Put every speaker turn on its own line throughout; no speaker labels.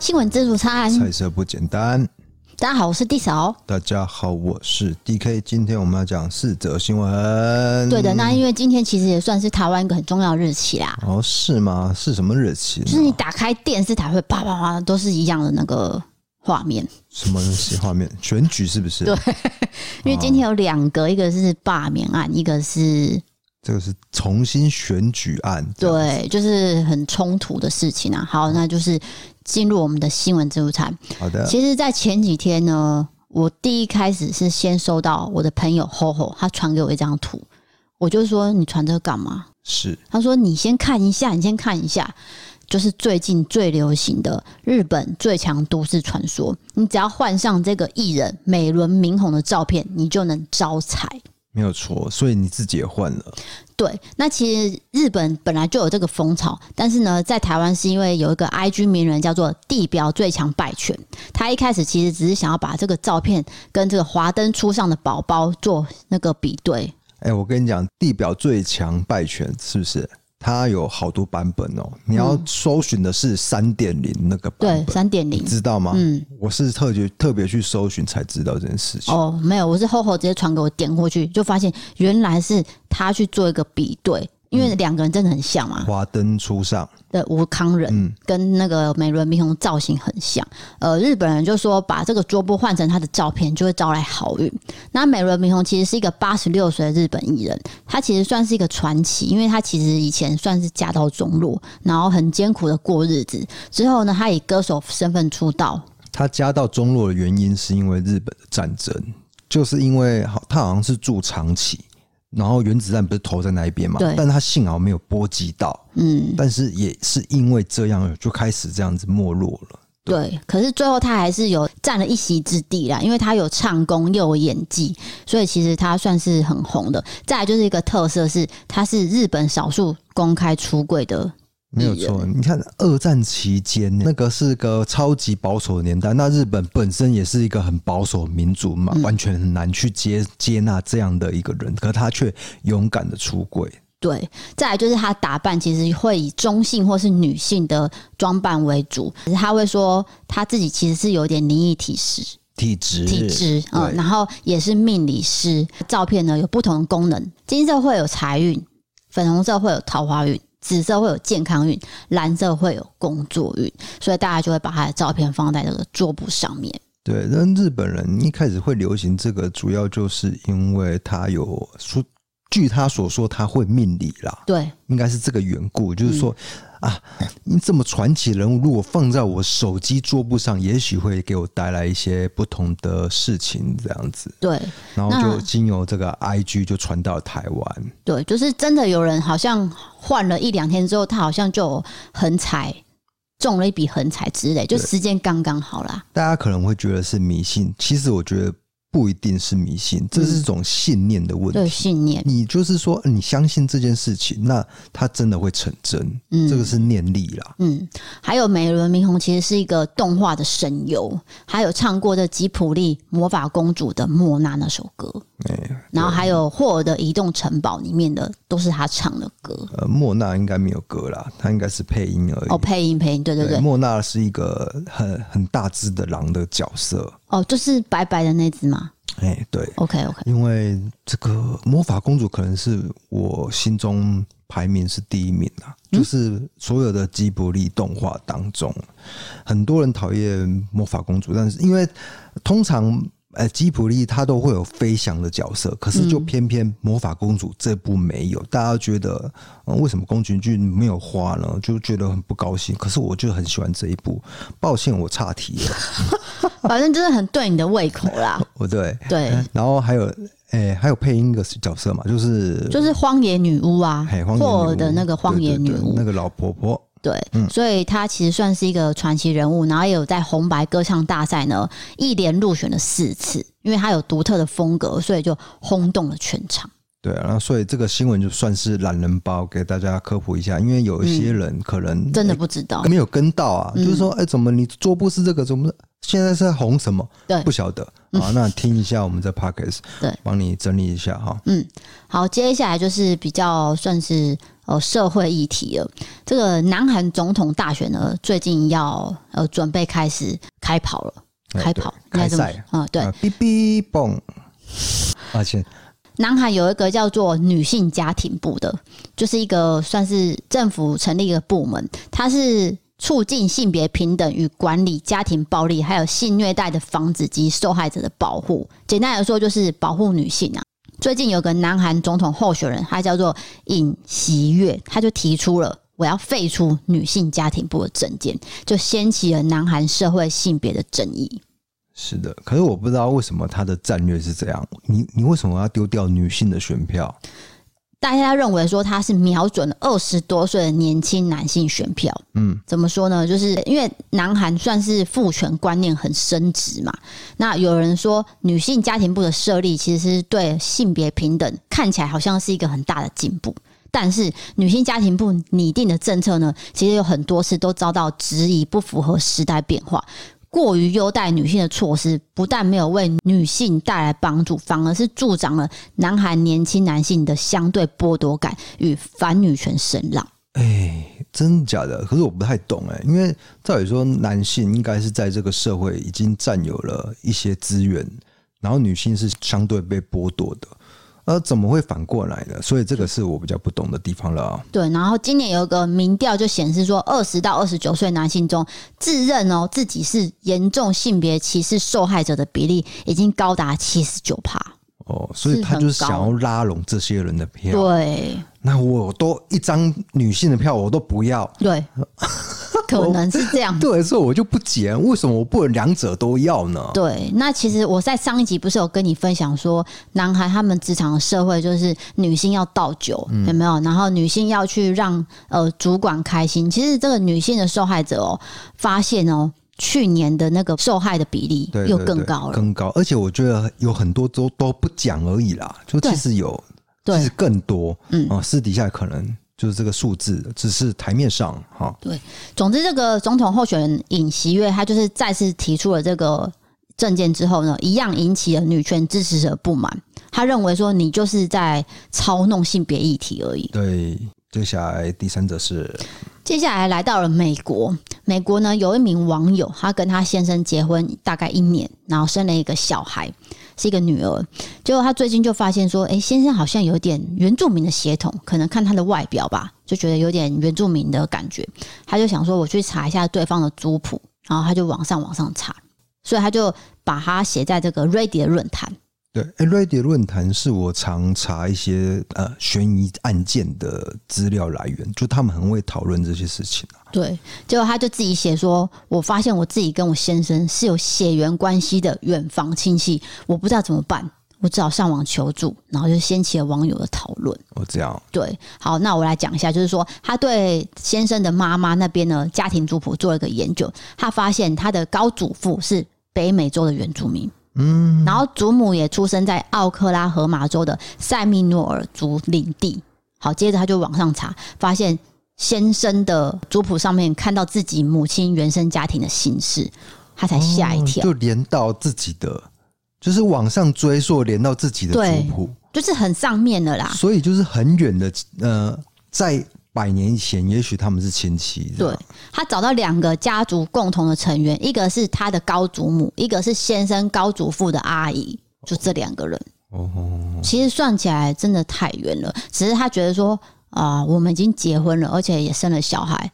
新闻自助餐。
菜色不简单。
大家好，我是地嫂。
大家好，我是 DK，今天我们要讲四则新闻。
对的，那因为今天其实也算是台湾一个很重要的日期啦，
哦，是吗？是什么日期呢？
就是你打开电视台会叭叭叭都是一样的那个画面，
什么日期？画面选举是不是？
对因为今天有两个，一个是罢免案，一个是
这个是重新选举案。这样，嗯
对，就是很冲突的事情啊。好，那就是进入我们的新闻自助餐。
好的，
其实，在前几天呢，我第一开始是先收到我的朋友 HoHo 他传给我一张图，我就说你传这个干嘛？
是
他说：“你先看一下，你先看一下，就是最近最流行的日本最强都市传说。你只要换上这个艺人美轮明宏的照片，你就能招财。
没有错，所以你自己也换了。
对，那其实日本本来就有这个风潮，但是呢，在台湾是因为有一个 IG 名人叫做地表最强败犬，他一开始其实只是想要把这个照片跟这个华灯初上的宝宝做那个比对，
哎、我跟你讲，地表最强败犬是不是？它有好多版本哦，你要搜寻的是三点零那个版
嗯对，
本，
三点零
你。知道吗？嗯，我是特别特别去搜寻才知道这件事情。
哦，没有，我是后后直接传给我点过去，就发现原来是他去做一个比对，因为两个人真的很像嘛。
华灯初上，
的吴康仁、跟那个美轮明宏造型很像，呃，日本人就说把这个桌布换成他的照片，就会招来好运。那美轮明宏其实是一个八十六岁的日本艺人，他其实算是一个传奇，因为他其实以前算是家道中落，然后很艰苦的过日子。之后呢，他以歌手身份出道，
他家到中落的原因是因为日本的战争，就是因为好，他好像是住长崎，然后原子弹不是投在那一边嘛
对，
但他幸好没有波及到，
嗯，
但是也是因为这样就开始这样子没落了。
对，可是最后他还是有占了一席之地啦，因为他有唱功又有演技，所以其实他算是很红的。再来就是一个特色是，他是日本少数公开出柜的，
没有错，你看二战期间那个是个超级保守的年代，那日本本身也是一个很保守的民族嘛，完全很难去接接纳这样的一个人，可他却勇敢的出柜，
对。再来就是他打扮其实会以中性或是女性的装扮为主，可是他会说他自己其实是有点灵异体质，
体质
体质，嗯，
对
然后也是命理师。照片呢有不同的功能，金色会有财运，粉红色会有桃花运，紫色会有健康运，蓝色会有工作运，所以大家就会把他的照片放在这个桌布上面。
对，那日本人一开始会流行这个，主要就是因为他有说，据他所说，他会命理啦，
对，
应该是这个缘故，就是说、啊，你这么传奇人物，如果放在我手机桌布上，也许会给我带来一些不同的事情，这样子，
对，
然后
那
就经由这个 IG 就传到台湾，
对，就是真的有人好像换了一两天之后，他好像就有横财。中了一笔横财之类，就
对
时间刚刚好啦。
大家可能会觉得是迷信，其实我觉得不一定是迷信，这是一种信念的问
对，
题。
信念，
你就是说，你相信这件事情，那它真的会成真。
嗯，
这个是念力啦，
嗯，还有美轮明宏其实是一个动画的神游，还有唱过的吉普力魔法公主的莫娜那首歌，
哎
然后还有霍尔的移动城堡里面的都是他唱的歌。
呃，莫娜应该没有歌啦，她应该是配音而已。
哦，配音配音，对对对，
莫娜是一个很很大只的狼的角色，
哦，就是白白的那只嘛。
哎、对，
OK OK，
因为这个魔法公主可能是我心中排名是第一名啊，就是所有的吉卜力动画当中，很多人讨厌魔法公主，但是因为通常。呃，吉卜力它都会有飞翔的角色，可是就偏偏魔法公主这部没有，大家觉得、呃为什么宫崎骏没有花呢？就觉得很不高兴。可是我就很喜欢这一部，抱歉我岔题了，
反正就是很对你的胃口啦。
我对，
对，
然后还有诶、还有配音的角色嘛，就是
就是荒野女巫啊
嘿，荒野女
霍尔
巫
的那个荒野女
对对
巫
对，那个老婆婆，
对，
嗯
所以他其实算是一个传奇人物，然后也有在红白歌唱大赛呢一连入选了四次，因为他有独特的风格，所以就轰动了全场。
对啊，然后所以这个新闻就算是懒人包，给大家科普一下，因为有一些人可能、
真的不知道，
没有跟到啊，就是说，哎、怎么你桌布是这个，怎么现在是在红什么？
对嗯
不晓得啊。那听一下我们在 p o c k e t
对
帮你整理一下哈。
嗯，好，接下来就是比较算是呃社会议题了。这个南韩总统大选呢，最近要呃准备开始开跑了，
哎
开跑
对
应该
开
这么
赛
说啊、对。
啊哔哔啊蹦，而且
南韩有一个叫做女性家庭部的，就是一个算是政府成立一个部门，它是促进性别平等与管理家庭暴力还有性虐待的防止及受害者的保护。简单来说，就是保护女性啊。最近有个南韩总统候选人，他叫做尹锡月，他就提出了我要废除女性家庭部的政见，就掀起了南韩社会性别的争议。
是的，可是我不知道为什么他的战略是这样。你你为什么要丢掉女性的选票？
大家认为说他是瞄准了二十多岁的年轻男性选票。
嗯，
怎么说呢？就是因为南韩算是父权观念很深植嘛。那有人说，女性家庭部的设立其实是对性别平等看起来好像是一个很大的进步。但是，女性家庭部拟定的政策呢，其实有很多次都遭到质疑，不符合时代变化。过于优待女性的措施，不但没有为女性带来帮助，反而是助长了南韩年轻男性的相对剥夺感与反女权声浪。
哎、真假的？可是我不太懂哎、因为照理说，男性应该是在这个社会已经占有了一些资源，然后女性是相对被剥夺的，呃，怎么会反过来呢？所以这个是我比较不懂的地方了啊。
对，然后今年有一个民调就显示说，二十到二十九岁男性中，自认哦自己是严重性别歧视受害者的比例已经高达七十九趴。
哦，所以他就是
是很
想
高
要拉拢这些人的票。
对
那我都一张女性的票我都不要，
对，可能是这样。
对，所以我就不解，为什么我不能两者都要呢？
对，那其实我在上一集不是有跟你分享说，男孩他们职场的社会就是女性要倒酒，
嗯
有没有？然后女性要去让呃主管开心。其实这个女性的受害者哦，发现哦，去年的那个受害的比例
对，
又
对
更
对
高了。
更高。而且我觉得有很多都都不讲而已啦，就
对
其实有，
对
其实更多，
嗯
啊，私底下可能就是这个数字，只是台面上哈，
总之，这个总统候选人尹锡月，他就是再次提出了这个政见之后呢，一样引起了女权支持者不满。他认为说，你就是在操弄性别议题而已。
对。接下来第三者是
接下来来到了美国，美国呢有一名网友，他跟他先生结婚大概一年，然后生了一个小孩，是一个女儿。结果他最近就发现说，诶，先生好像有点原住民的血统，可能看他的外表吧，就觉得有点原住民的感觉。他就想说，我去查一下对方的族谱，然后他就往上往上查，所以他就把它写在这个 Ready 的论坛。
对，哎、r e a d y 论坛是我常查一些呃悬疑案件的资料来源，就他们很会讨论这些事情啊。
对，结果他就自己写说：“我发现我自己跟我先生是有血缘关系的远房亲戚，我不知道怎么办，我只好上网求助。”然后就掀起了网友的讨论。
我这样，
对，好，那我来讲一下，就是说他对先生的妈妈那边呢家庭族谱做了一个研究，他发现他的高祖父是北美洲的原住民，嗯，然后祖母也出生在奥克拉荷马州的塞密诺尔族领地。好，接着他就往上查，发现先生的族谱上面看到自己母亲原生家庭的姓氏，他才吓一
哦
跳，
就连到自己的，就是往上追溯，连到自己的
对
族谱。
就是很上面了啦。
所以就是很远的，呃，在百年以前，也许他们是亲戚。这
对
样，
他找到两个家族共同的成员，一个是他的高祖母，一个是先生高祖父的阿姨，就这两个人。
哦，
其实算起来真的太远了，只是他觉得说啊、我们已经结婚了，而且也生了小孩，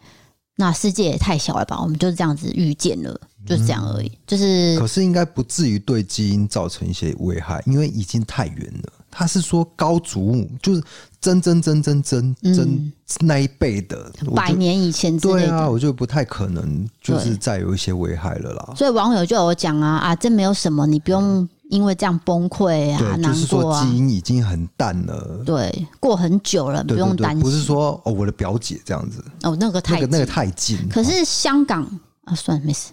那世界也太小了吧？我们就这样子遇见了，就是这样而已。
嗯
就是
可是应该不至于对基因造成一些危害，因为已经太远了。他是说高祖母，就是真真真真真真那一辈的，我就
嗯百年以前之类
对
的。
啊，我觉得不太可能，就是
对
再有一些危害了啦。
所以网友就有讲啊啊，这没有什么，你不用因为这样崩溃啊、
对，就
难
是
过
说
啊
基。因已经很淡了。
对，过很久了，不
对
用
对
担心。
对，不是说哦，我的表姐这样子，
哦，那个太
那个那
近
个太 近。
可是香港啊，算了，没事。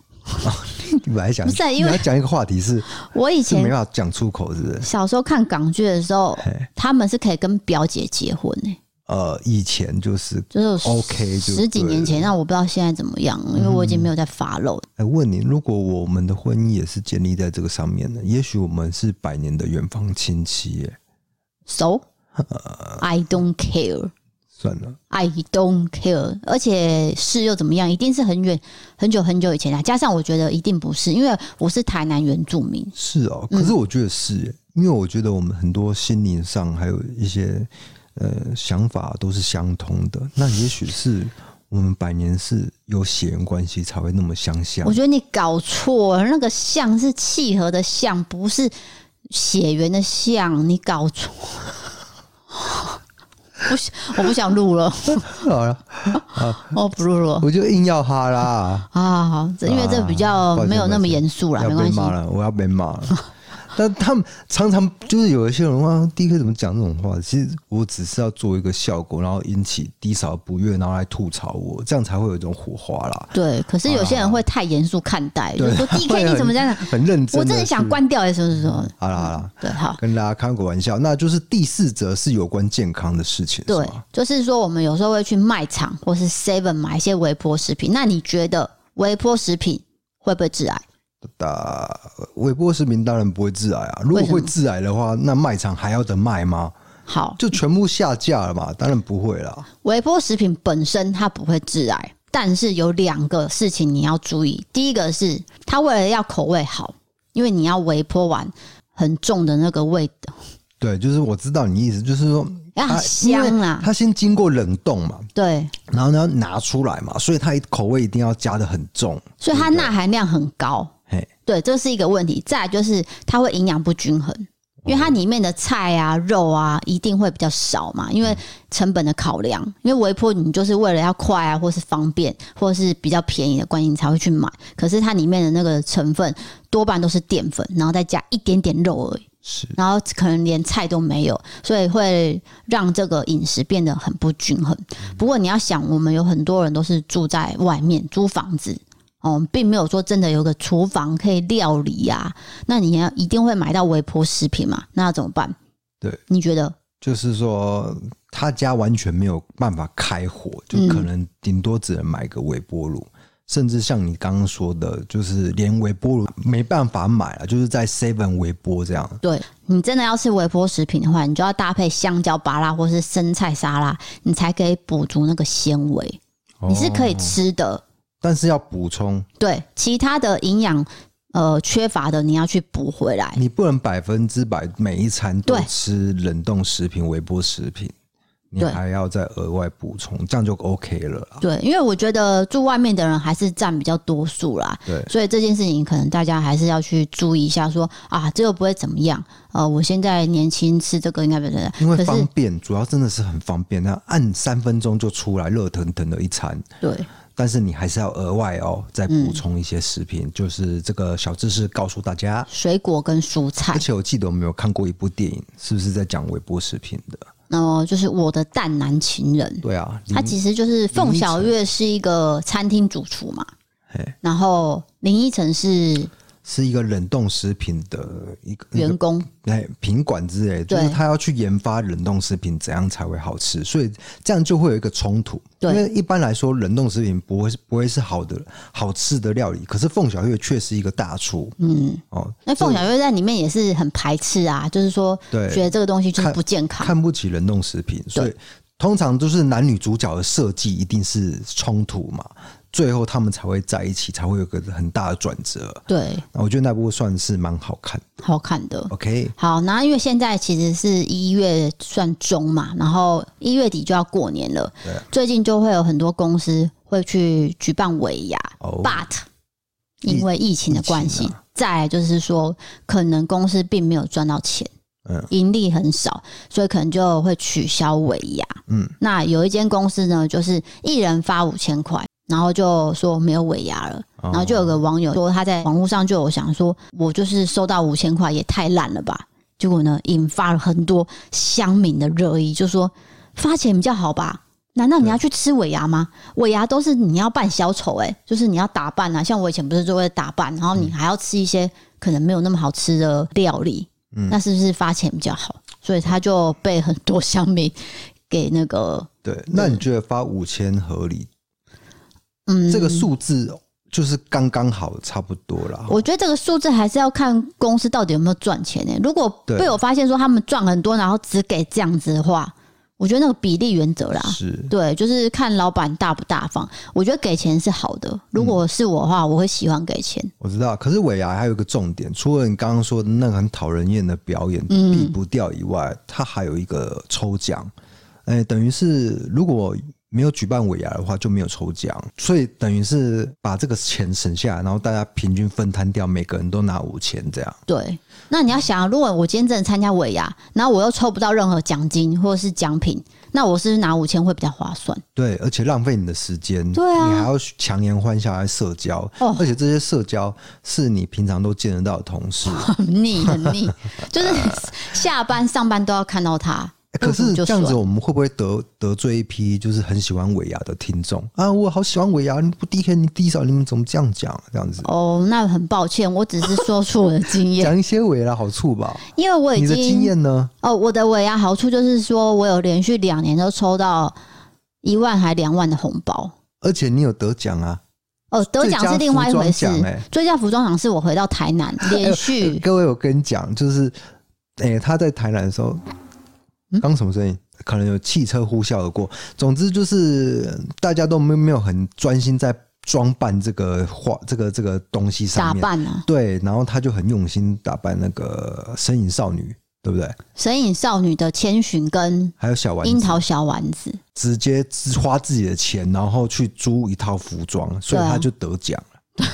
你本来想，
不是啊因为
你要讲一个话题是
我以
是没
前
办法讲出口，是不是？
小时候看港剧的时候，
嘿
他们是可以跟表姐结婚呢、
呃，以前就是，
就是有
OK 就
十几年前，
对
那我不知道现在怎么样，因为我已经没有在发漏。
哎、问你，如果我们的婚姻也是建立在这个上面的，也许我们是百年的远房亲戚耶。
So I don't care，
算了，
I don't care，而且是又怎么样？一定是很远、很久、很久以前啊。加上我觉得一定不是，因为我是台南原住民，
是哦。可是我觉得是耶、因为我觉得我们很多心灵上还有一些呃想法都是相通的。那也许是我们百年是有血缘关系才会那么相像
我。觉得你搞错了，那个“像”是契合的“像”，不是血缘的“像”，你搞错。 不想，我不想录了，
好了，
我不录了
我就硬要哈啦，
啊！好，这因为这比
啊
较没有那么严肃啦，
要
没关
被
系。
骂了，我要被骂了。 但他们常常就是有一些人哇，D K 怎么讲这种话？其实我只是要做一个效果，然后引起低潮不悦，然后来吐槽我，这样才会有一种火花啦。
对，可是有些人会太严肃看待，就说 “D K 你怎么这样？
很认啊真。
我真的想。关掉欸”什么什么。
好啦好啦，
对，好。
跟大家开个玩笑，那就是第四则是有关健康的事情，
对
是吗，
就是说我们有时候会去卖场或是 Seven 买一些微波食品。那你觉得微波食品会不会致癌？
打微波食品当然不会致癌啊，如果
为什么
会致癌的话，那卖场还要等卖吗？
好，
就全部下架了嘛？当然不会啦。
微波食品本身它不会致癌，但是有两个事情你要注意。第一个是它为了要口味好，因为你要微波完很重的那个味道，
对，就是我知道你意思，就是说
嗯要
它
很香啊啦。
它先经过冷冻嘛，
对，
然后呢要拿出来嘛，所以它一口味一定要加的很重。
所以它钠含量很高。
嘿，
对，这是一个问题。再来就是它会营养不均衡，因为它里面的菜啊、肉啊一定会比较少嘛，因为成本的考量。因为微波你就是为了要快啊，或是方便，或是比较便宜的关系，你才会去买。可是它里面的那个成分多半都是淀粉，然后再加一点点肉而已。
是
然后可能连菜都没有，所以会让这个饮食变得很不均衡。
嗯
不过你要想，我们有很多人都是住在外面租房子，哦，并没有说真的有个厨房可以料理呀、那你要一定会买到微波食品嘛？那要怎么办？
对，
你觉得？
就是说他家完全没有办法开火，
嗯
就可能顶多只能买个微波炉。甚至像你刚刚说的，就是连微波炉没办法买了，就是在 Seven 微波这样。
对你真的要吃微波食品的话，你就要搭配香蕉巴拉或是生菜沙拉，你才可以补足那个纤维，你是可以
哦，
吃的。
但是要补充，
对，其他的营养呃缺乏的，你要去补回来。
你不能百分之百每一餐都
对
吃冷冻食品、微波食品，你
对
还要再额外补充，这样就 OK 了啦。
对，因为我觉得住外面的人还是占比较多数啦，
对，
所以这件事情可能大家还是要去注意一下说，啊，这又不会怎么样。呃，我现在年轻吃这个应该不会怎么样。
因为
可
方
是
便，主要真的是很方便，那按三分钟就出来热腾腾的一餐，
对
但是你还是要额外哦再补充一些食品，就是这个小知识告诉大家。
水果跟蔬
而
菜，
且我记得我们有看过一部电影，是不是在讲微波食品的？
那、么就是我的淡男情人，
对啊，
他
林
其实就是
林
凤
依
小
晨
月是一个餐厅主厨嘛
嘿，
然后林依晨是
是一个冷冻食品的一个一个
员工，
哎，品管之类，就
对
是他要去研发冷冻食品怎样才会好吃，所以这样就会有一个冲突。
对
因为一般来说冷冻食品不会是不会是好的好吃的料理，可是凤小岳却是一个大厨，嗯，哦，
那凤小月在里面也是很排斥啊，就是说
对
觉得这个东西就是
看
不健康。
看不起冷冻食品，所以通常都是男女主角的设计一定是冲突嘛，最后他们才会在一起，才会有个很大的转折。
对，
那我觉得那部算是蛮好看的
好看的。
，OK，
好，那因为现在其实是一月算中嘛，然后一月底就要过年了
对，啊
最近就会有很多公司会去举办尾牙、
哦
b u t 因为疫情的关
疫
系
情，啊
再来就是说，可能公司并没有赚到钱，
嗯
盈利很少，所以可能就会取消尾牙。
嗯，
那有一间公司呢，就是一人发五千块，然后就说没有尾牙了。
然
然后就有个网友说，他在网络上就有想说，我就是收到五千块也太烂了吧。结果呢，引发了很多乡民的热议，就说发钱比较好吧？难道你要去吃尾牙吗？尾牙都是你要扮小丑、欸，就是你要打扮啊。像我以前不是就会打扮，然后你还要吃一些可能没有那么好吃的料理，
嗯
那是不是发钱比较好？所以他就被很多乡民给那个
对，那你觉得发五千合理
嗯，
这个数字就是刚刚好，差不多啦。
我觉得这个数字还是要看公司到底有没有赚钱呢、如果
对
被我发现说他们赚很多，然后只给这样子的话，我觉得那个比例原则啦，
是
对，就是看老板大不大方。我觉得给钱是好
嗯
的，如果是我的话，我会喜欢给钱。
我知道。可是尾牙还有一个重点，除了你刚刚说的那个很讨人厌的表演
嗯
避不掉以外，它还有一个抽奖，哎、等于是如果没有举办尾牙的话就没有抽奖，所以等于是把这个钱省下来，然后大家平均分摊掉，每个人都拿五千这样。
对，那你要想，如果我今天真的参加尾牙，然后我又抽不到任何奖金或者是奖品，那我是不是拿五千会比较划算？
对，而且浪费你的时间，
对啊
你还要强颜欢笑来社交，
哦
而且这些社交是你平常都见得到的同事，
很腻，很 腻，就是下班上班都要看到他。
欸可是
就
这样子，
算
我们会不会得得罪一批就是很喜欢尾牙的听众啊？我好喜欢尾牙，你不低你低少，你们怎么这样讲？啊这样子
哦，那很抱歉，我只是说出我的经验，
讲一些尾牙好处吧？
因为我已
你的经
经
验呢？
哦，我的尾牙好处就是说我有连续两年都抽到一万还两万的红包。
而且你有得奖啊！
哦，得奖是另外一回事
最佳服装奖哎欸。
最佳服装奖是我回到台南连 续
各位，我跟你讲，就是，哎、他在台南的时候，
嗯
刚什么声音？可能有汽车呼啸而过。总之就是大家都没有没有很专心在装扮这个画这个这个东西
打
上面。
扮啊，
对，然后他就很用心打扮那个身影少女，对不对？
神隐少女的千寻跟
还有小丸子
樱桃小丸子。
直接只花自己的钱，然后去租一套服装，所以
对啊
他就得奖了。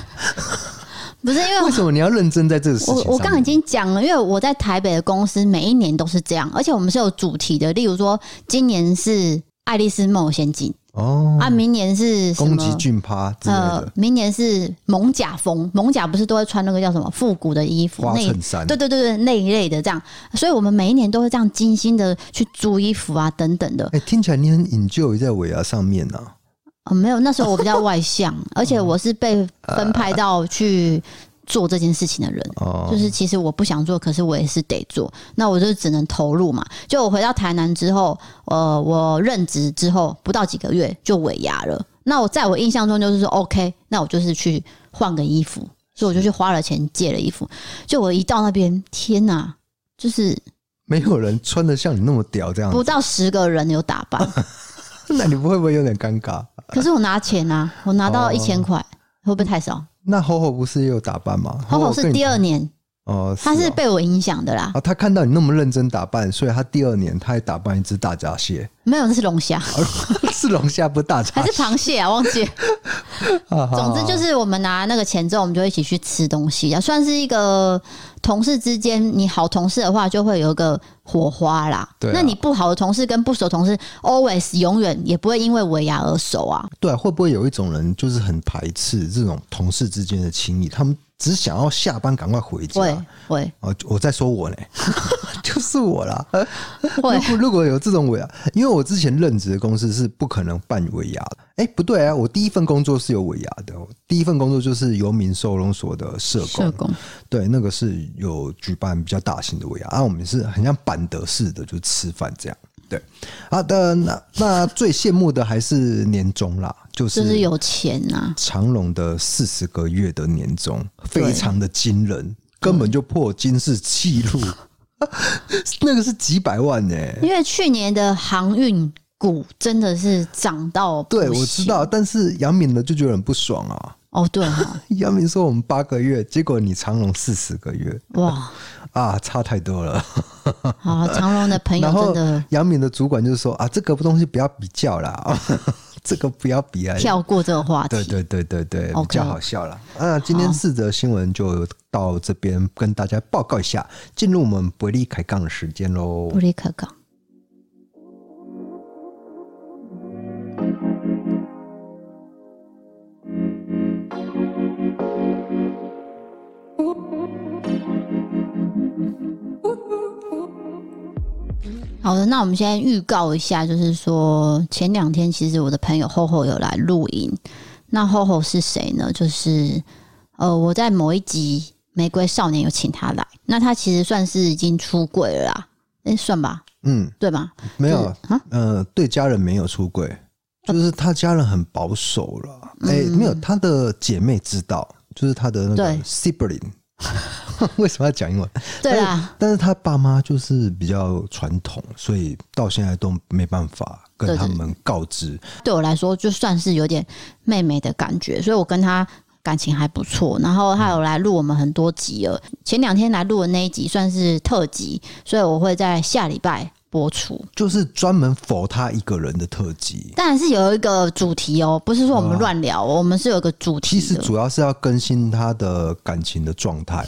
不是因为
为什么你要认真在这个事情
我
上面？
我刚刚已经讲了，因为我在台北的公司每一年都是这样，而且我们是有主题的，例如说今年是《爱丽丝梦游仙境》
哦，
啊，明年是什
宫崎
么？
骏趴之类
呃
的，
明年是蒙甲风，蒙甲不是都会穿那个叫什么复古的衣服，
花
那一
衬衫，
对对对对那一类的这样，所以我们每一年都会这样精心的去租衣服啊等等的。
哎、听起来你很 enjoy 在尾牙上面呢、啊。
哦，没有，那时候我比较外向，而且我是被分派到去做这件事情的人。
哦，
就是其实我不想做，可是我也是得做，那我就只能投入嘛。就我回到台南之后，呃，我任职之后不到几个月就尾牙了。那我在我印象中就是说，OK，那我就是去换个衣服，所以我就去花了钱借了衣服。就我一到那边，天哪、就是
没有人穿的像你那么屌这样
不到十个人有打扮，
那你不会不会有点尴尬？
可是我拿钱啊，我拿到
哦
一千块，会不会太少？
那吼吼不是也有打扮吗？
后后是第
二
二年，
哦，
他是
哦
被我影响的啦，
啊，他看到你那么认真打扮，所以他第二年他也打扮一只大闸蟹，哦
没有，那是龙虾
是龙虾不是大闸
还
蟹
是螃蟹啊？忘记了。
啊好
总之就是我们拿那个钱之后，我们就一起去吃东西啊，算是一个同事之间，你好同事的话就会有一个火花啦。
对啊
那你不好的同事跟不熟的同事，always 永远也不会因为尾牙而熟啊。
对啊，会不会有一种人就是很排斥这种同事之间的情谊？他们只想要下班赶快回家。
会会
哦，我在说我呢，就是我啦。
会
如，果如果有这种尾牙，因为我之前任职的公司是不可能办尾牙的。哎、不对啊，我第一份工作是有尾牙的，我第一份工作就是游民收容所的社工，
工
对，那个是有举办比较大型的尾牙，啊，我们是很像板德式的，就是吃饭这样。对，啊，的那那最羡慕的还是年终啦，就是
就是有钱啊呐、
长隆的四十个月的年终
对
非常的惊人，根本就破金氏纪录， 那个是几百万呢、
因为去年的航运股真的是涨到不
对，我
行
知道，但是杨敏呢就觉得很不爽啊。
哦，对哦
杨敏说我们八个月，结果你长隆四十个月
哇，
啊，差太多了。
好长隆的朋友
然
哎真
后
的
杨敏的主管就说啊，这个东西不要比较啦， 这个不要比啊。
跳过这个话题
对，对对对对，比
OK
较好笑了。那今天四则新闻就到这边跟大家报告一下，进入我们伯利开杠的时间喽
不。立可告。好的，那我们现在预告一下，就是说前两天其实我的朋友厚厚有来录音，那厚厚是谁呢？就是呃，我在某一集《玫瑰少年》有请他来，那他其实算是已经出柜了啦，哎、算吧，
嗯，
对吧？
没有
就是啊，
呃，对家人没有出轨，就是他家人很保守了。哎、没有，他的姐妹知道，就是他的那个
嗯对
sibling 为什么要讲英文？
对啊啦，
但是他爸妈就是比较传统，所以到现在都没办法跟他们告知。
对我来说就算是有点妹妹的感觉，所以我跟她感情还不错。然后
嗯
她有来录我们很多集了，前两天来录的那一集算是特辑，所以我会在下礼拜播出。
就是专门否他一个人的特辑。
当然是有一个主题哦，不是说我们乱聊哦，我们是有一个主题
其
的。
实主要是要更新他的感情的状 态，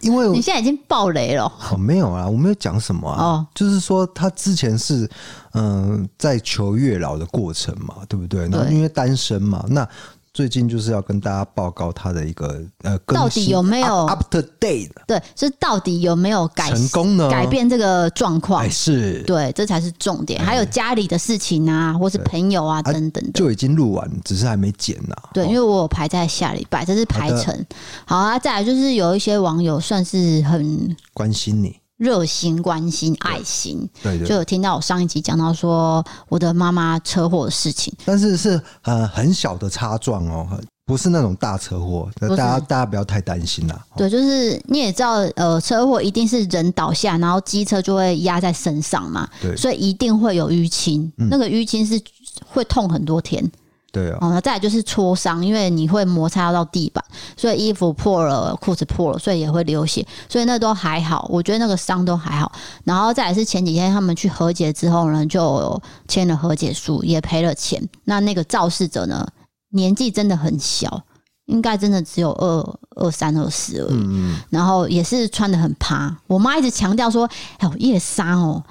因为
你现在已经爆雷了，
哦，没有啊，我没有讲什么啊，
哦
就是说他之前是嗯、在求月老的过程嘛，对不对？然后
对
因为单身嘛，那最近就是要跟大家报告他的一个呃，更
到底
新
有没有
up, up to date
对，是到底有没有改
成功呢？
改变这个状况
还？是哎
对，这才是重点。还有家里的事情啊，或是朋友啊
啊
等等的。
就已经录完，只是还没剪啊呐、
对，因为我有排在下礼拜，这是排程。好啊，再来就是有一些网友算是很
关心你，
热心、关心、爱心，
对对
就有听到我上一集讲到说我的妈妈车祸的事情。
但是是呃很小的擦撞哦，不是那种大车祸，那
不是
大家大家不要太担心啊啦、
对，就是你也知道，呃，车祸一定是人倒下，然后机车就会压在身上嘛，
对嗯
所以一定会有淤青，那个淤青是会痛很多天。
对啊，
哦，那再来就是挫伤，因为你会摩擦到地板，所以衣服破了，裤子破了，所以也会流血，所以那都还好，我觉得那个伤都还好。然后再来是前几天他们去和解之后呢，就有签了和解书，也赔了钱。那那个肇事者呢，年纪真的很小，应该真的只有二二三二四而已。
嗯，
然后也是穿的很趴，我妈一直强调说：“哎呦，夜衫哦，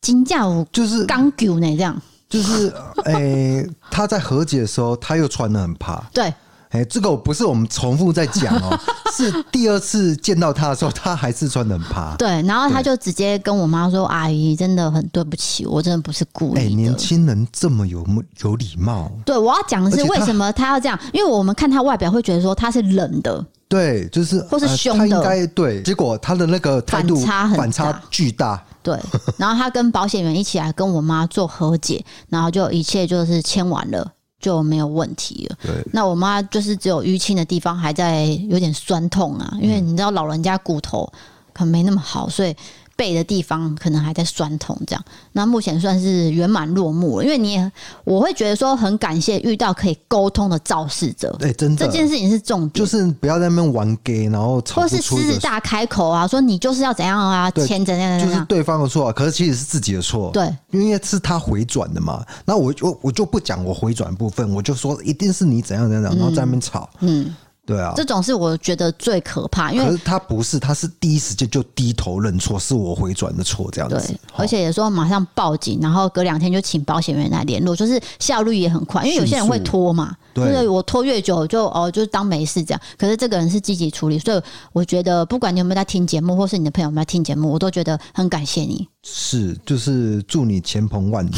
金价有
就是
刚久呢。”这样
就是，诶、他在和解的时候，他又穿的很怕。
对。
哎、这个我不是我们重复在 讲哦，是第二次见到他的时候，他还是穿的很趴。
对，然后他就直接跟我妈说：“阿姨，真的很对不起，我真的不是故
哎、
意的。
年轻人这么有有礼貌，
对，我要讲的
而
是
且
为
他
什么他要这样，因为我们看他外表会觉得说他是冷的，
对，就是呃
或是凶的
他应该对。结果他的那个态度
反差很大
反差巨大，
对。 然后他跟保险员一起来跟我妈做和解，然后就一切就是签完了，就没有问题了。
对，
那我妈就是只有淤青的地方还在有点酸痛啊，因为
嗯
你知道老人家骨头可能没那么好，所以背的地方可能还在酸痛这样。那目前算是圆满落幕了，因为你也我会觉得说很感谢遇到可以沟通的肇事者，
哎、真
这
的
件事情是重点，
就是不要在那边玩 gay，然后
或
吵不
是
出
狮
一
子
个，
大开口啊，说你就是要怎样啊，
对
钱怎样
就
怎
是
样，
对方的错、啊，可是其实是啊自己的错。
对，
因为是他回转的嘛。那我就我就不讲我回转部分，我就说一定是你怎样怎样，然后在那边吵。
嗯，
对啊，
这种是我觉得最可怕，因为
可是他不是，他是第一时间就低头认错，是我回转的错这样子
对。，而且也说马上报警，然后隔两天就请保险员来联络，就是效率也很快，因为有些人会拖嘛，
迅速对
就是我拖越久就哦就当没事这样。可是这个人是积极处理，所以我觉得不管你有没有在听节目，或是你的朋友有没有在听节目，我都觉得很感谢你。
是，就是祝你千鹏 万里。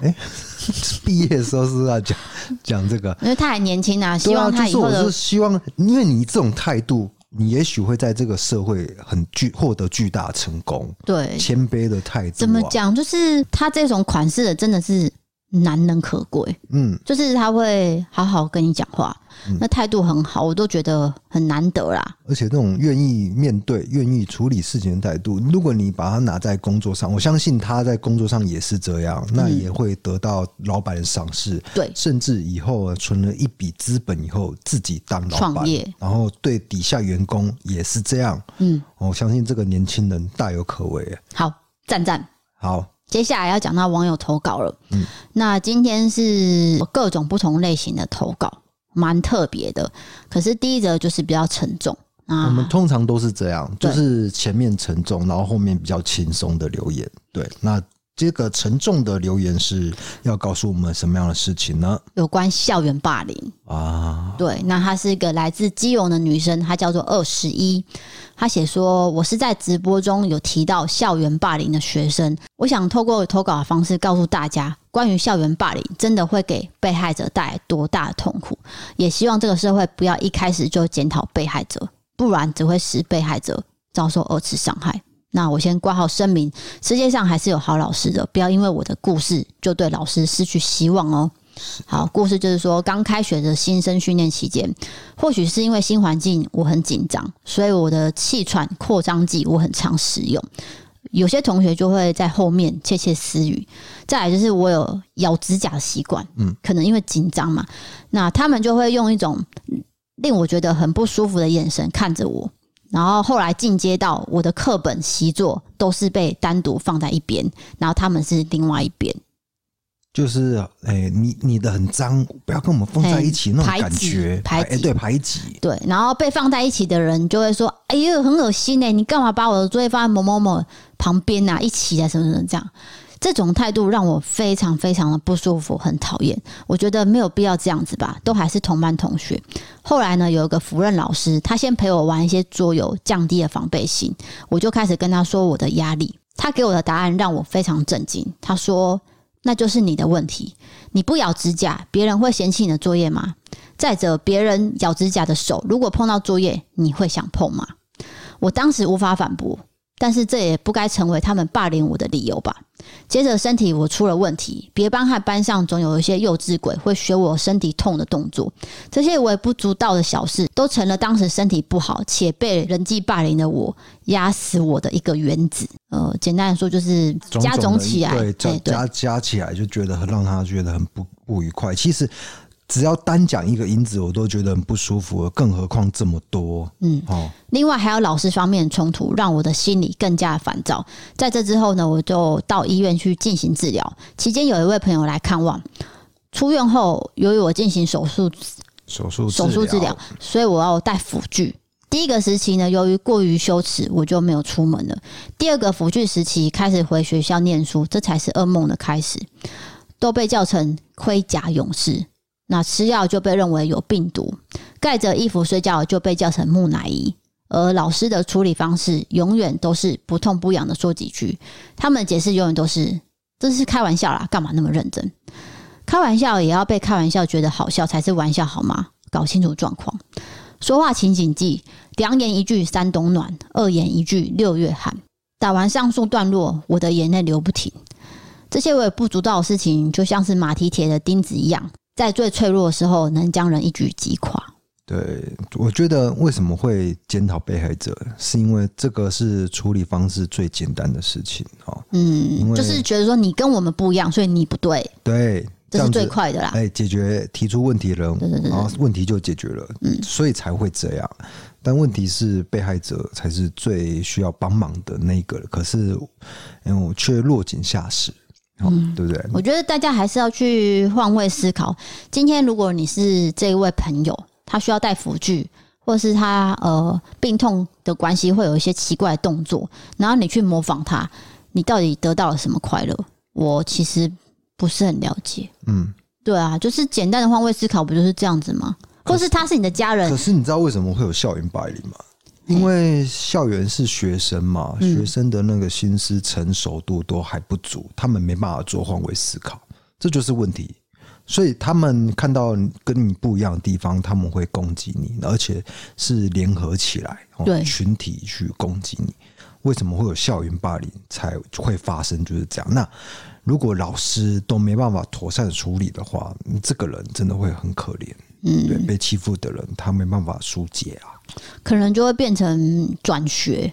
哎、 毕业的时候是不是要讲讲这个，
因为他还年轻啊，希
对啊，
望
就
他以
是
后
我
的、
是希望，因为你这种态度，你也许会在这个社会很巨获得巨大成功。
对
谦卑的态度、啊，
怎么？讲，就是他这种款式的真的是难能可贵。
嗯，
就是他会好好跟你讲话，那态度很好，我都觉得很难得啦。
而且那种愿意面对、愿意处理事情的态度，如果你把它拿在工作上，我相信他在工作上也是这样，那也会得到老板的赏识，
对，
甚至以后啊存了一笔资本以后，自己当老板
创业，
然后对底下员工也是这样。
嗯，
我相信这个年轻人大有可为。
好，赞赞。
好，
接下来要讲到网友投稿了。那今天是各种不同类型的投稿，蛮特别的。可是第一则就是比较沉重
我们
啊，
通常都是这样，就
对
是前面沉重，然后后面比较轻松的留言。对，那这个沉重的留言是要告诉我们什么样的事情呢？
有关校园霸凌。
啊，
对，那她是一个来自基隆的女生，她叫做二十一。她写说：“我是在直播中有提到校园霸凌的学生，我想透过投稿的方式告诉大家，关于校园霸凌真的会给被害者带来多大的痛苦，也希望这个社会不要一开始就检讨被害者，不然只会使被害者遭受二次伤害。”那我先挂号声明，世界上还是有好老师的，不要因为我的故事就对老师失去希望哦。好，故事就是说，刚开学的新生训练期间，或许是因为新环境我很紧张，所以我的气喘扩张剂我很常使用。有些同学就会在后面窃窃私语。再来就是我有咬指甲的习惯，嗯，可能因为紧张嘛，那他们就会用一种令我觉得很不舒服的眼神看着我。然后后来进阶到我的课本习作都是被单独放在一边，然后他们是另外一边。
就是哎、你你的很脏，不要跟我们放在一起
哎
那
排
种感
挤
觉，
排
哎
挤
对排挤，
对，然后被放在一起的人就会说：“哎呦，很恶心呢、你干嘛把我的作业放在某某某旁边呐、啊？一起啊，什么什么这样。”这种态度让我非常非常的不舒服，很讨厌。我觉得没有必要这样子吧，都还是同班同学。后来呢，有一个扶任老师，他先陪我玩一些桌游，降低了防备心。我就开始跟他说我的压力，他给我的答案让我非常震惊。他说：“那就是你的问题，你不咬指甲，别人会嫌弃你的作业吗？再者，别人咬指甲的手如果碰到作业，你会想碰吗？我当时无法反驳，但是这也不该成为他们霸凌我的理由吧。接着，身体我出了问题，别班和班上总有一些幼稚鬼会学我身体痛的动作，这些微不足道的小事都成了当时身体不好且被人际霸凌的我压死我的一个原子。呃，简单来说就是
种
加
种
总
的
起来，
对加
哎对
加加起来就觉得很让他觉得很不不愉快。其实只要单讲一个因子，我都觉得很不舒服了，更何况这么多，嗯哦，
另外还有老师方面的冲突，让我的心里更加烦躁。在这之后呢，我就到医院去进行治疗。期间有一位朋友来看望。出院后，由于我进行手术
手术
手术治疗，所以我要带辅具。第一个时期呢，由于过于羞耻，我就没有出门了。第二个辅具时期开始回学校念书，这才是噩梦的开始，都被叫成盔甲勇士。那吃药就被认为有病毒，盖着衣服睡觉就被叫成木乃伊。而老师的处理方式永远都是不痛不痒的说几句，他们的解释永远都是这是开玩笑啦，干嘛那么认真？开玩笑也要被开玩笑觉得好笑才是玩笑好吗？搞清楚状况。说话请谨记：两言一句三冬暖，二言一句六月寒。打完上述段落，我的眼泪流不停。这些微不足道的事情，就像是马蹄铁的钉子一样，在最脆弱的时候，能将人一举击垮。
对，我觉得为什么会检讨被害者，是因为这个是处理方式最简单的事情哦。因
嗯，
为
就是觉得说你跟我们不一样，所以你不对，
对，
这
样
是
子
最快的啦。
哎，解决提出问题的人，
对对对对嗯
然后问题就解决了，所以才会这样。但问题是，被害者才是最需要帮忙的那个，可是，嗯，我却落井下石，哦
嗯
对不对？
我觉得大家还是要去换位思考。今天如果你是这一位朋友，他需要带辅具，或是他呃病痛的关系会有一些奇怪的动作，然后你去模仿他，你到底得到了什么快乐？我其实不是很了解。
嗯，
对啊，就是简单的换位思考，不就是这样子吗？或是他是你的家人
可，是你知道为什么会有校园霸凌吗？因为校园是学生嘛，
嗯
学生的那个心思成熟度都还不足，他们没办法做换位思考，这就是问题。所以他们看到跟你不一样的地方，他们会攻击你，而且是联合起来，哦
对
群体去攻击你。为什么会有校园霸凌才会发生？就是这样。那如果老师都没办法妥善处理的话，嗯这个人真的会很可怜。
嗯
对，被欺负的人他没办法疏解啊。
可能就会变成转学，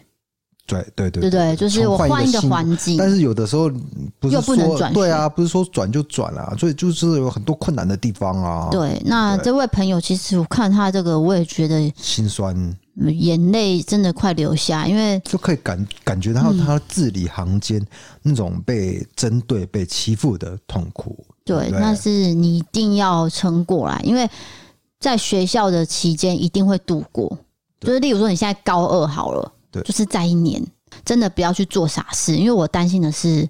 对对对
对不对？就是我换一个环境，
但是有的时候嗯不是
又不能
说
转学
对啊，不是说转就转啊，所以就是有很多困难的地方啊，，
对，那
对
这位朋友，其实我看他这个，我也觉得
心酸
嗯眼泪真的快流下，因为
就可以感感觉到他字里行间那种被针对、被欺负的痛苦。
对，
不对
那是你一定要撑过来，因为在学校的期间一定会度过。就是例如说，你现在高二好了，
对
就是在一年，真的不要去做傻事，因为我担心的是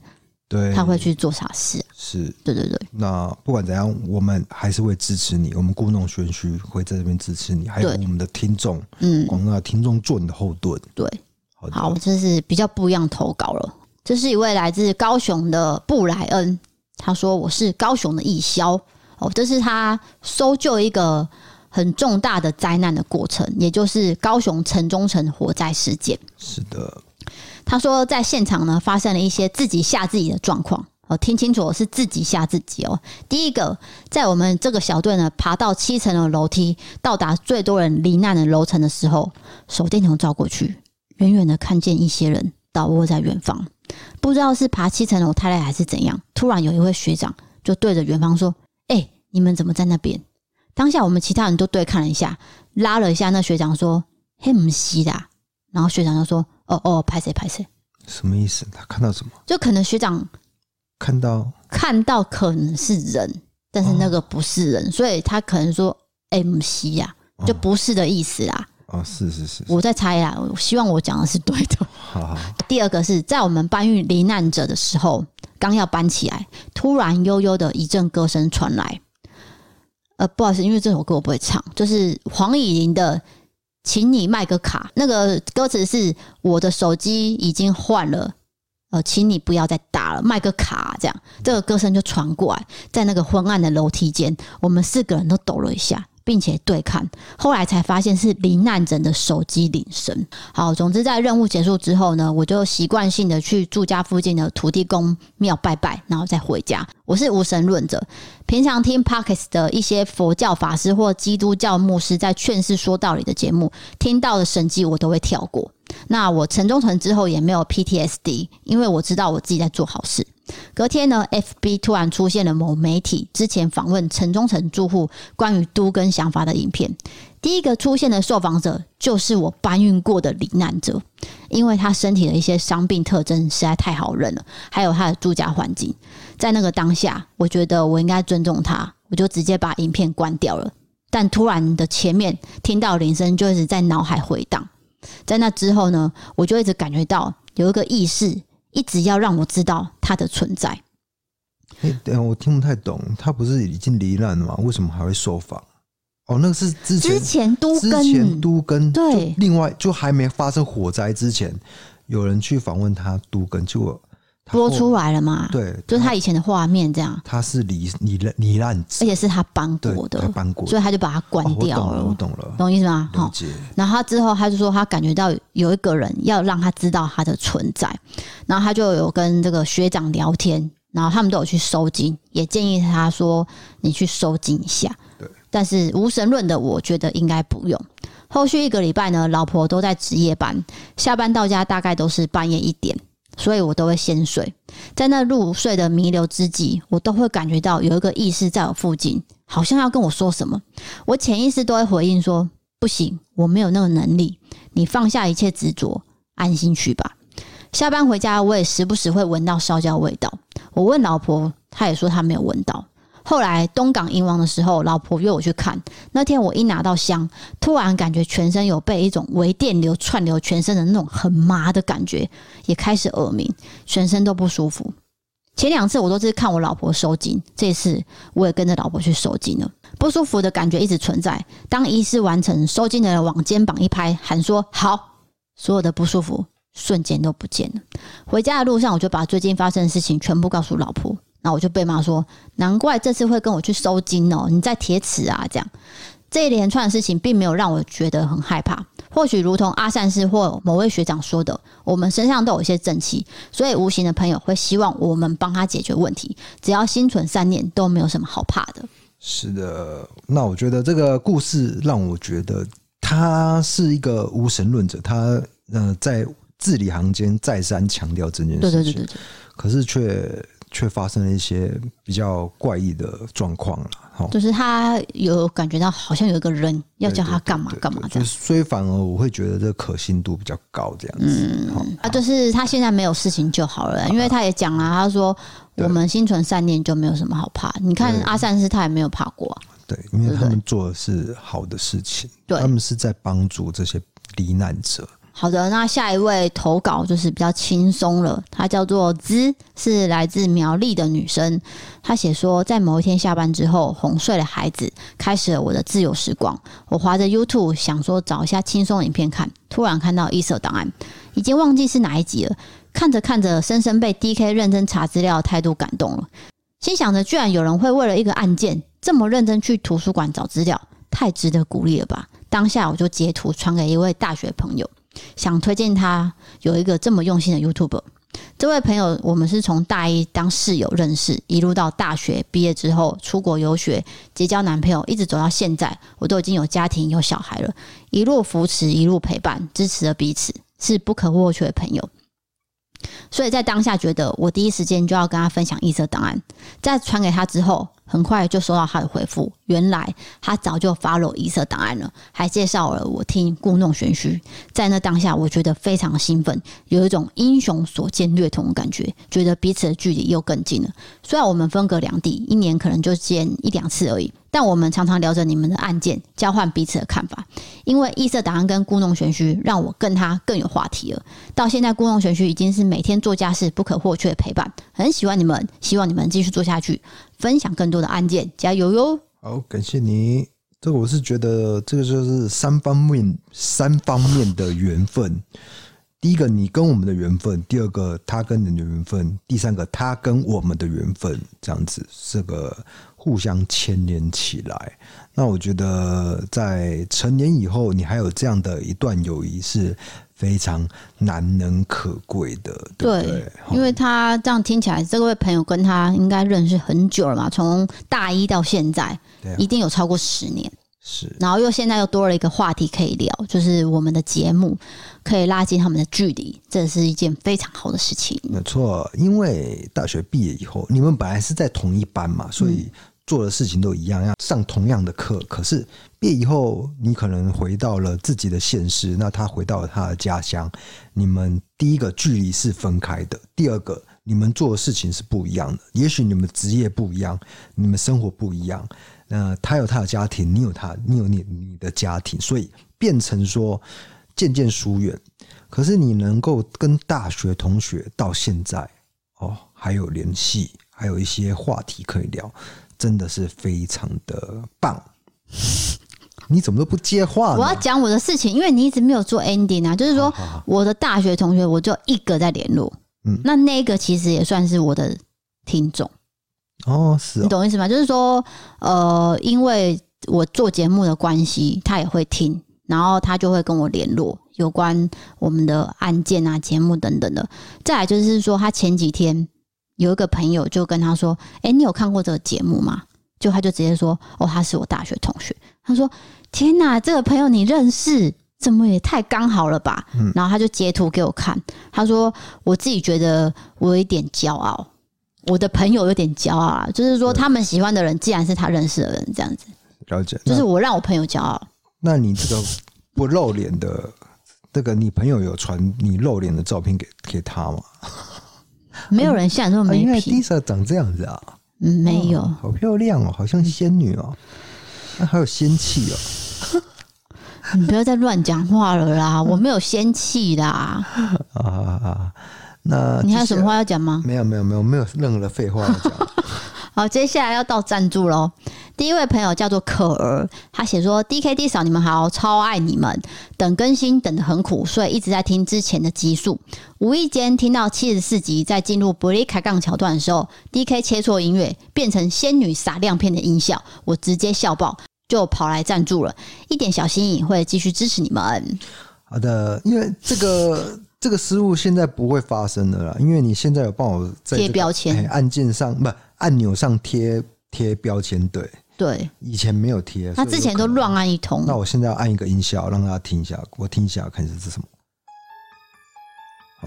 对，
他会去做傻事。
是
对对对，
那不管怎样，我们还是会支持你，我们故弄玄虚会在这边支持你，还有
对
我们的听众，
嗯，
广大听众做你的后盾。
对。
好的，
好，这是比较不一样的投稿了。这是一位来自高雄的布莱恩，他说我是高雄的义消哦，这是他搜救一个很重大的灾难的过程，也就是高雄城中城火灾事件。
是的，
他说在现场呢发生了一些自己吓自己的状况。我听清楚，是自己吓自己哦。第一个，在我们这个小队呢，爬到七层的楼梯，到达最多人罹难的楼层的时候，手电筒照过去，远远的看见一些人倒卧在远方，不知道是爬七层楼太累还是怎样，突然有一位学长就对着远方说：“哎、你们怎么在那边？”当下我们其他人都对看了一下，拉了一下那学长说：“嘿，唔西啦。”然后学长就说：“哦哦，拍谁拍谁。
什么意思？他看到什么？”
就可能学长
看到
看到可能是人，但是那个不是人，所以他可能说哎 M C 呀、
哦
啊就不是的意思啦。
哦，是是是，是
我在猜啦，我希望我讲的是对的。
好好好
第二个是在我们搬运罹难者的时候，刚要搬起来，突然悠悠的一阵歌声传来。呃，不好意思，因为这首歌我不会唱，就是黄以玲的《请你卖个卡》，那个歌词是“我的手机已经换了，呃，请你不要再打了，卖个卡”这样。这个歌声就传过来，在那个昏暗的楼梯间，我们四个人都抖了一下，并且对看，后来才发现是罹难者的手机铃声。好，总之在任务结束之后呢，我就习惯性的去住家附近的土地公庙拜拜，然后再回家。我是无神论者，平常听 Pockets 的一些佛教法师或基督教牧师在劝世说道理的节目，听到的神迹我都会跳过。那我城中城之后也没有 PTSD，因为我知道我自己在做好事。隔天呢，FB 突然出现了某媒体之前访问城中城住户关于都跟想法的影片，第一个出现的受访者就是我搬运过的罹难者，因为他身体的一些伤病特征实在太好认了，还有他的住家环境，在那个当下，我觉得我应该尊重他，我就直接把影片关掉了。但突然的前面听到铃声，就一直在脑海回荡。在那之后呢，我就一直感觉到有一个意识一直要让我知道他的存在。
哎、等一下我听不太懂，他不是已经罹难了吗？为什么还会受访？哦，那个是之前
之前都
之
跟
前都跟
对
就另外就还没发生火灾之前，有人去访问他都跟，结果他
播
后
出来了嘛，
对，
就是他以前的画面这样，
他是罹罹难罹难
而
者，
且是他搬
对
哎过，的
他，搬过的，
所以他就把它关掉
哦我懂了，我懂了，
懂意思吗？好
了，解。
然后他之后他就说他感觉到有一个人要让他知道他的存在，然后他就有跟这个学长聊天，然后他们都有去收金，也建议他说你去收金一下。
对，
但是无神论的我觉得应该不用。后续一个礼拜呢，老婆都在值夜班，下班到家大概都是半夜一点，所以我都会先睡。在那入睡的弥留之际，我都会感觉到有一个意识在我附近，好像要跟我说什么。我潜意识都会回应说：“不行，我没有那个能力。你放下一切执着，安心去吧。”下班回家，我也时不时会闻到烧焦味道。我问老婆，她也说她没有闻到。后来东港迎王的时候，老婆约我去看。那天我一拿到香，突然感觉全身有被一种微电流串流全身的那种很麻的感觉，也开始耳鸣，全身都不舒服。前两次我都是看我老婆收紧，这次我也跟着老婆去收紧了。不舒服的感觉一直存在。当仪式完成，收金的人往肩膀一拍，喊说：“好！”所有的不舒服瞬间都不见了。回家的路上，我就把最近发生的事情全部告诉老婆，然后我就被骂说：“难怪这次会跟我去收金哦，你在铁齿啊！”这样，这一连串的事情并没有让我觉得很害怕。或许如同阿善师或某位学长说的，我们身上都有一些正气，所以无形的朋友会希望我们帮他解决问题。只要心存善念，都没有什么好怕的。
是的，那我觉得这个故事让我觉得他是一个无神论者，他呃在字里行间再三强调这件事情，
对对对对对。
可是却却发生了一些比较怪异的状况了。好，
就是他有感觉到好像有一个人要叫他干嘛
对对
干嘛这
就
样
是虽反而我会觉得这可信度比较高，这样子。好
啊，就是他现在没有事情就好了，因为他也讲了，他说
对啊
我们心存善念就没有什么好怕。你看
对
阿善师他也没有怕过啊、
对，因为
对
他们做的是好的事情，
对
他们是在帮助这些罹难者。
好的，那下一位投稿就是比较轻松了，她叫做芝，是来自苗栗的女生。她写说，在某一天下班之后，哄睡了孩子，开始了我的自由时光。我划着 YouTube 想说找一下轻松的影片看，突然看到异色档案，已经忘记是哪一集了。看着看着，深深被 DK 认真查资料的态度感动了，心想着居然有人会为了一个案件这么认真去图书馆找资料，太值得鼓励了吧！当下我就截图传给一位大学朋友。想推荐他有一个这么用心的 YouTube。这位朋友，我们是从大一当室友认识，一路到大学毕业之后出国游学，结交男朋友，一直走到现在，我都已经有家庭有小孩了，一路扶持，一路陪伴，支持了彼此，是不可或缺的朋友。所以在当下觉得，我第一时间就要跟他分享异色档案，在传给他之后，很快就收到他的回复，原来他早就 follow 异色档案了，还介绍了我听故弄玄虚。在那当下，我觉得非常兴奋，有一种英雄所见略同的感觉，觉得彼此的距离又更近了。虽然我们分隔两地，一年可能就见一两次而已，但我们常常聊着你们的案件，交换彼此的看法。因为异色档案跟故弄玄虚，让我跟他更有话题了。到现在，故弄玄虚已经是每天做家事不可或缺的陪伴。很喜欢你们，希望你们继续做下去，分享更多的案件，加油哟！
好，感谢你。这个我是觉得，这个就是三方面三方面的缘分。第一个，你跟我们的缘分；第二个，他跟你的缘分；第三个，他跟我们的缘分。这样子，这个互相牵连起来。那我觉得，在成年以后，你还有这样的一段友谊是非常难能可贵的，对不对？
因为他这样听起来，这位朋友跟他应该认识很久了嘛，从大一到现在，
对啊
一定有超过十年。
是
然后又现在又多了一个话题可以聊，就是我们的节目可以拉近他们的距离，这是一件非常好的事情。
没错，因为大学毕业以后，你们本来是在同一班嘛，所以做的事情都一样，要上同样的课。可是毕业以后，你可能回到了自己的县市，那他回到了他的家乡，你们第一个距离是分开的，第二个你们做的事情是不一样的。也许你们职业不一样，你们生活不一样。那他有他的家庭，你有他，你有你你的家庭，所以变成说渐渐疏远。可是你能够跟大学同学到现在哦，还有联系，还有一些话题可以聊，真的是非常的棒。你怎么都不接话
我要
呢？
讲我的事情，因为你一直没有做 ending 啊，就是说我的大学同学，我就一个在联络，
嗯
那那个其实也算是我的听众，
哦，是
你
哦，
懂我意思吗？就是说，呃，因为我做节目的关系，他也会听，然后他就会跟我联络有关我们的案件啊、节目等等的。再来就是说，他前几天有一个朋友就跟他说：“哎、你有看过这个节目吗？”就他就直接说：“哦，他是我大学同学。”他说：“天哪，这个朋友你认识？”怎么也太刚好了吧？然后他就截图给我看，他说：“我自己觉得我有一点骄傲，我的朋友有点骄傲啊，就是说他们喜欢的人，既然是他认识的人，这样子，
了解。
就是我让我朋友骄傲。
那那你这个不露脸的，这个你朋友有传你露脸的照片给给他吗？
没有人像你这么
啊、
啊没
原来
品，
Lisa 长这样子啊，
嗯，哦没有。
好漂亮哦，好像仙女哦，那还有仙气哦。
你不要再乱讲话了啦，我没有仙气啦。
啊啊啊！那
你还有
接
什
下
么话要讲吗？
没有没有没有没有任何的废话要讲。
好，接下来要到赞助喽。第一位朋友叫做可儿，他写说：“D K D 嫂，你们好，超爱你们。等更新等得很苦，所以一直在听之前的集数。无意间听到七十四集，在进入伯利凯杠桥段的时候，D K 切错音乐，变成仙女撒亮片的音效，我直接笑爆，就跑来赞助了。一点小心意会继续支持你们。
好的，因为这个这个失误现在不会发生的啦，因为你现在有帮我在、这个、
贴标签
哎按键上不按钮上贴贴标签，对，
对
以前没有贴，
他
所以
之前
有可
都
能
乱。按一通，
那我现在要按一个音效让大家听一下，我听一下看是这是什么。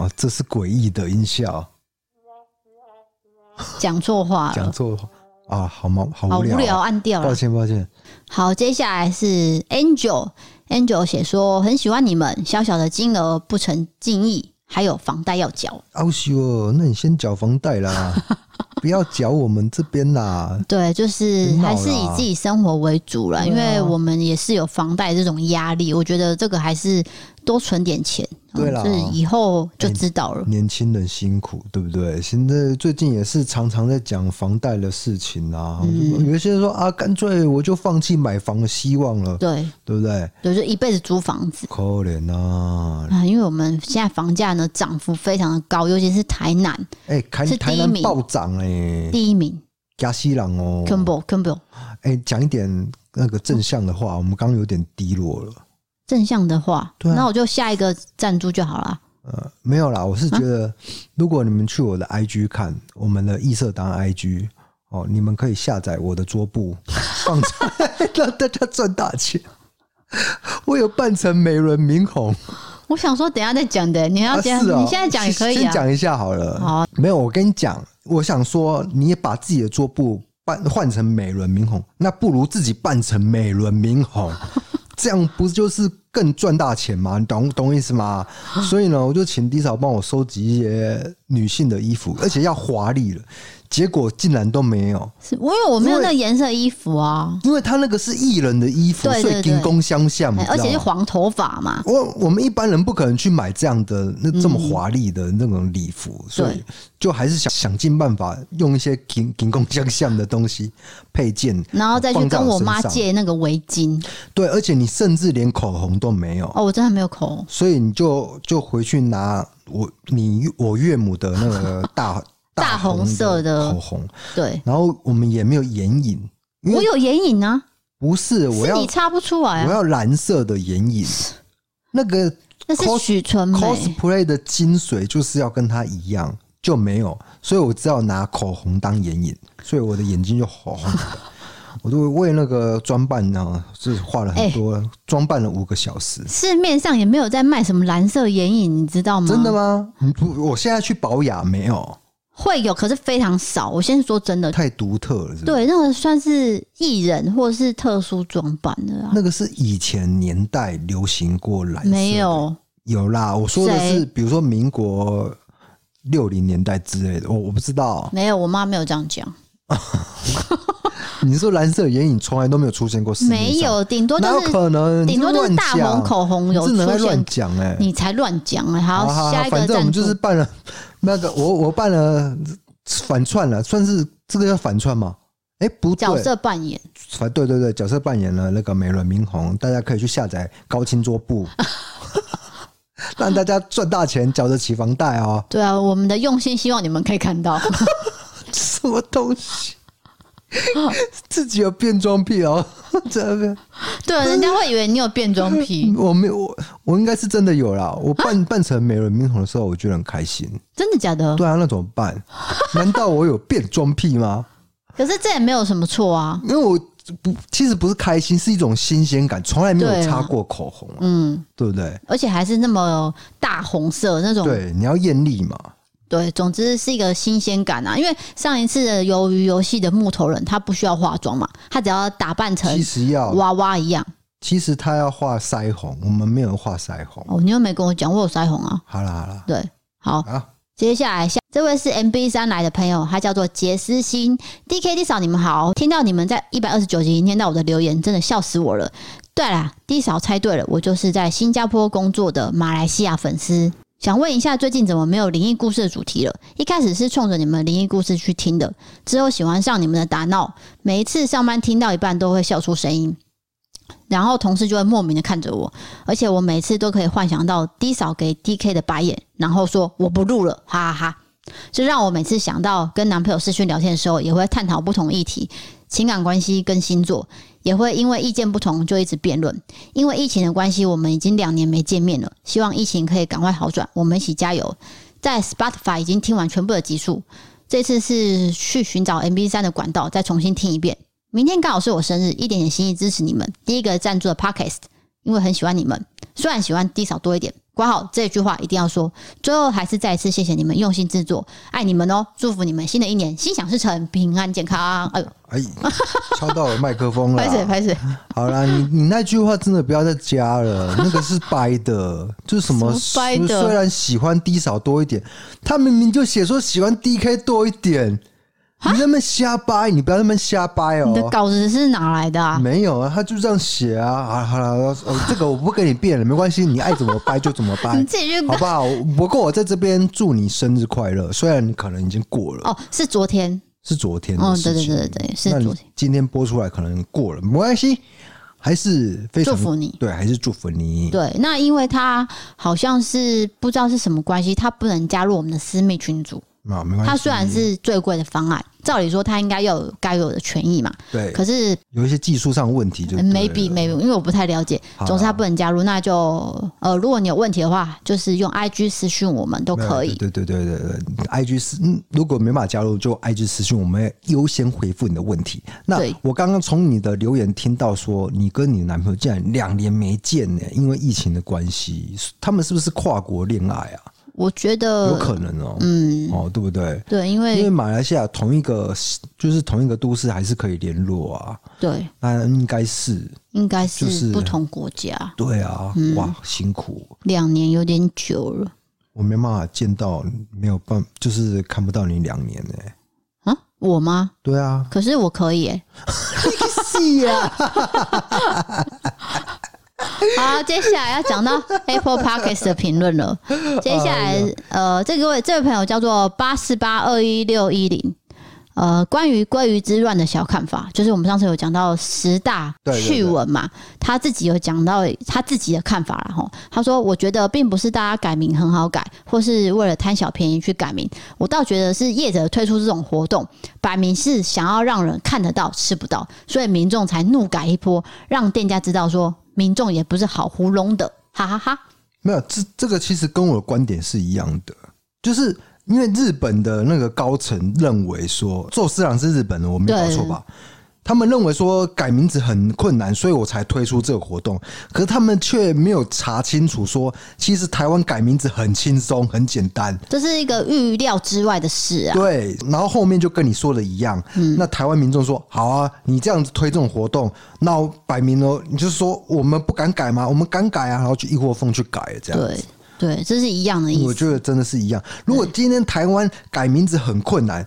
哦，这是诡异的音效，
讲错话
讲
了，
错啊，好忙，好
好
无
无
聊
聊，
啊、
按掉了
抱。歉抱歉，
好，接下来是 Angel。Angel 写说很喜欢你们，小小的金额不成敬意，还有房贷要缴。
奥西哦，那你先缴房贷 啦，不要缴我们这边啦。
对，就是
很好啦啊
还是以自己生活为主了，因为我们也是有房贷这种压力。我觉得这个还是多存点钱，嗯
对啦
就是以后就知道 了。
年轻人辛苦，对不对？现在最近也是常常在讲房贷的事情啊，
嗯
有一些人说啊，干脆我就放弃买房的希望了，
对，
对不对？
对，就一辈子租房子
可怜啊！
啊，因为我们现在房价呢涨幅非常的高，尤其是台南
哎、台
是第一
台南
名
暴涨哎、欸，
第一名
加西朗哦，
，Combo Combo
哎、讲一点那个正向的话，我们刚刚有点低落了。
正向的话，
对啊
那我就下一个赞助就好了。
呃，没有啦，我是觉得，如果你们去我的 IG 看我们的异色档案 IG 哦，你们可以下载我的桌布，放在让大家赚大钱。我有扮成美轮明宏，
我想说，等一下再讲的，你要
啊
讲，
是哦
你现在讲也可以
先
啊。
讲一下好了。
好啊
没有，我跟你讲，我想说，你也把自己的桌布扮换成美轮明宏，那不如自己扮成美轮明 宏，这样不就是更赚大钱吗？你懂懂我意思 吗？所以呢，我就请迪嫂帮我收集一些女性的衣服，而且要华丽了，结果竟然都没有。
是我因为我没有那个颜色衣服啊，
因为他那个是艺人的衣服，
对
所以
对
金
对
工相向，你
哎
知
而且
道
是
吗
黄头发嘛，
我我们一般人不可能去买这样的那这么华丽的那种礼服，
嗯
所以就还是想想尽办法用一些金金工相像的东西配件，
然后再去
放在
跟我
身
妈
上。
借那个围巾。
对，而且你甚至连口红都没有，
哦，我真的没有口红，
所以你就就回去拿我你我岳母的那个 大
大红色的
的口红，
对
然后我们也没有眼影，因为
我有眼影啊，
不是我
是
要
你擦不出来
我
啊，
要蓝色的眼影，那个
那是
cos-
许纯美。
cosplay 的精髓就是要跟它一样，就没有，所以我只好拿口红当眼影，所以我的眼睛就红红 的。我就为那个装扮呢，是画了很多，装、扮了五个小时。
市面上也没有在卖什么蓝色眼影，你知道吗？
真的吗？你不，我现在去保养没有，
会有，可是非常少。我先说真的，
太独特了是不是。，
对，那个算是艺人或是特殊装扮的啊，
那个是以前年代流行过蓝色，
没有。
有啦。我说的是，
谁
比如说民国六零年代之类的，我我不知道。
没有，我妈没有这样讲，
你说蓝色眼影从来都没有出现过市面上，
没有，顶多
哪
就
有
是
可能？
顶多就是大红口红
你
有
这
出
能在乱
现，
讲哎。
你才乱讲哎，还
好
要
好
下
好，
一个
反正我
赞
们就是
助，
办了那个，我我办了反串了，算是这个叫反串吗？哎，不
角
对，
色扮演，
反对对对，角色扮演了那个美轮明宏，大家可以去下载高清 桌布，让大家赚大钱，缴得起房贷哦。
对啊，我们的用心希望你们可以看到，
什么东西？自己有变装癖哦， 这边
对，啊人家会以为你有变装癖，
嗯我没有，我我应该是真的有啦。
啊
我扮扮成美轮明宏的时候，我觉得很开心。
真的假的？
对啊，那怎么办？ 难道我有变装癖吗？
可是这也没有什么错啊，
因为我不，其实不是开心，是一种新鲜感，从来没有
对啊
擦过口红、啊，
嗯，
对不对？
而且还是那么大红色那种，
对，你要艳丽嘛。
对，总之是一个新鲜感啊。因为上一次的鱿鱼游戏的木头人，他不需要化妆嘛，他只要打扮成
其实哦要，
娃娃一样。
其实他要画腮红，我们没有画腮红。
哦，你又没跟我讲，我有腮红啊。
好啦好啦，
对，好，
啊，
接下来下这位是 MB 三来的朋友，他叫做杰斯星 DK D 嫂，你们好，听到你们在一百二十九集念到我的留言，真的笑死我了。对啦，D 嫂猜对了，我就是在新加坡工作的马来西亚粉丝。想问一下，最近怎么没有灵异故事的主题了？一开始是冲着你们灵异故事去听的，之后喜欢上你们的打闹，每一次上班听到一半都会笑出声音，然后同事就会莫名的看着我，而且我每次都可以幻想到 D 嫂给 DK 的白眼，然后说我不录了，哈哈哈。这让我每次想到跟男朋友视讯聊天的时候，也会探讨不同议题，情感关系跟星座，也会因为意见不同就一直辩论。因为疫情的关系，我们已经两年没见面了，希望疫情可以赶快好转，我们一起加油。在 Spotify 已经听完全部的集数，这次是去寻找 MB 三的管道，再重新听一遍。明天刚好是我生日，一点点心意支持你们。第一个赞助的 Podcast，因为很喜欢你们，虽然喜欢低少多一点。管好这句话一定要说。最后还是再一次谢谢你们用心制作，爱你们哦！祝福你们新的一年心想事成、平安健康。哎呦，
哎，敲到了麦克风了
拍水
啦。
拍水，
好啊啦，你你那句话真的不要再加了，那个是掰的，就是什么
什么掰的
虽然喜欢低少多一点，他明明就写说喜欢 DK 多一点，你在那边瞎掰，你不要在那边瞎掰
你的
哦。
稿子是哪来的啊？
没有啊，他就这样写啊。好了好了，哦，这个我不跟你辩了，没关系，你爱怎么掰就怎么
你
掰，
自己去
好不好？不过我在这边祝你生日快乐，虽然你可能已经过了，
哦，是昨天
是昨天
哦对
的，事
对对
情。
对对，是
那
昨
你
天。
今天播出来可能过了，没关系，还是非常
祝福你
对，还是祝福你。
对，那因为他好像是不知道是什么关系，他不能加入我们的私密群组。
啊，没关系。
它虽然是最贵的方案，照理说他应该要有该有的权益嘛。
对，
可是
有一些技术上的问题就对了
嗯 maybe maybe，因为我不太了解
好，啦
总之他不能加入，那就呃，如果你有问题的话，就是用 IG 私讯我们都
没有
可以。
对对对对对对，IG 私嗯，如果没办法加入，就 IG 私讯，我们优先回复你的问题。那
对
我刚刚从你的留言听到说，你跟你男朋友竟然两年没见呢，因为疫情的关系，他们是不是跨国恋爱啊？
我觉
有
得，
可能哦、
呃嗯，
哦，对不对？
对，因
因为
为
马来西亚同一个就是同一个都市还是可以联络啊，
对，
那应该是
应该
就是
是不同国家，
对啊，哇，辛苦，
两年有点久了。
我没办法见到，没有办，就是看不到你两年呢、
啊，我吗？
对啊，
可是我可以、 欸。
是啊，
好，接下来要讲到 Apple Podcast 的评论了。接下
哎
来，呃，这个位这位朋友叫做八四八二一六一零。呃，关于鲑鱼之乱的小看法，就是我们上次有讲到十大
对对对
趣闻嘛，他自己有讲到他自己的看法啦。吼，他说：“我觉得并不是大家改名很好改，或是为了贪小便宜去改名，我倒觉得是业者推出这种活动，摆明是想要让人看得到吃不到，所以民众才怒改一波，让店家知道说民众也不是好糊弄的，哈哈哈。
没有这这个其实跟我的观点是一样的，就是因为日本的那个高层认为说寿司郎是日本的，我没搞错吧？他们认为说改名字很困难，所以我才推出这个活动。可是他们却没有查清楚说其实台湾改名字很轻松、很简单，
这是一个预料之外的事啊。嗯
对，然后后面就跟你说的一样，那台湾民众说好啊，你这样子推这种活动，那我摆明了你就说我们不敢改吗？我们敢改啊，然后就一窝蜂去改这样
对
子。
对，这是一样的意
嗯我
思。
觉得真的是一样。如果今天台湾改名字很困难，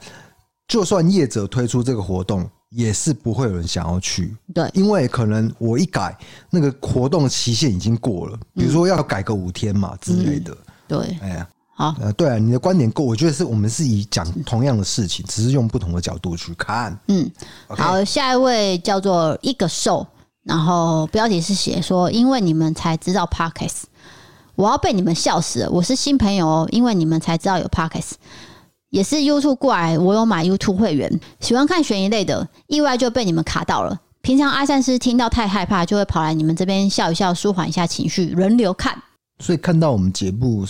就算业者推出这个活动，也是不会有人想要去，
对
因为可能我一改，那个活动期限已经过了，
嗯
比如说要改个五天嘛之类的。
对，
哎呀，
好，
呃，对啊，你的观点够，我觉得是我们是以讲同样的事情，只是用不同的角度去看。
嗯
OK
好，下一位叫做一个瘦，然后标题是写说，因为你们才知道 Parkes，我要被你们笑死了。我是新朋友哦，因为你们才知道有 Parkes。也是 YouTube 过来，我有买 YouTube 会员，喜欢看悬疑类的，意外就被你们卡到了。平常阿善师听到太害怕，就会跑来你们这边笑一笑，舒缓一下情绪，轮流看
所以看到我们节目，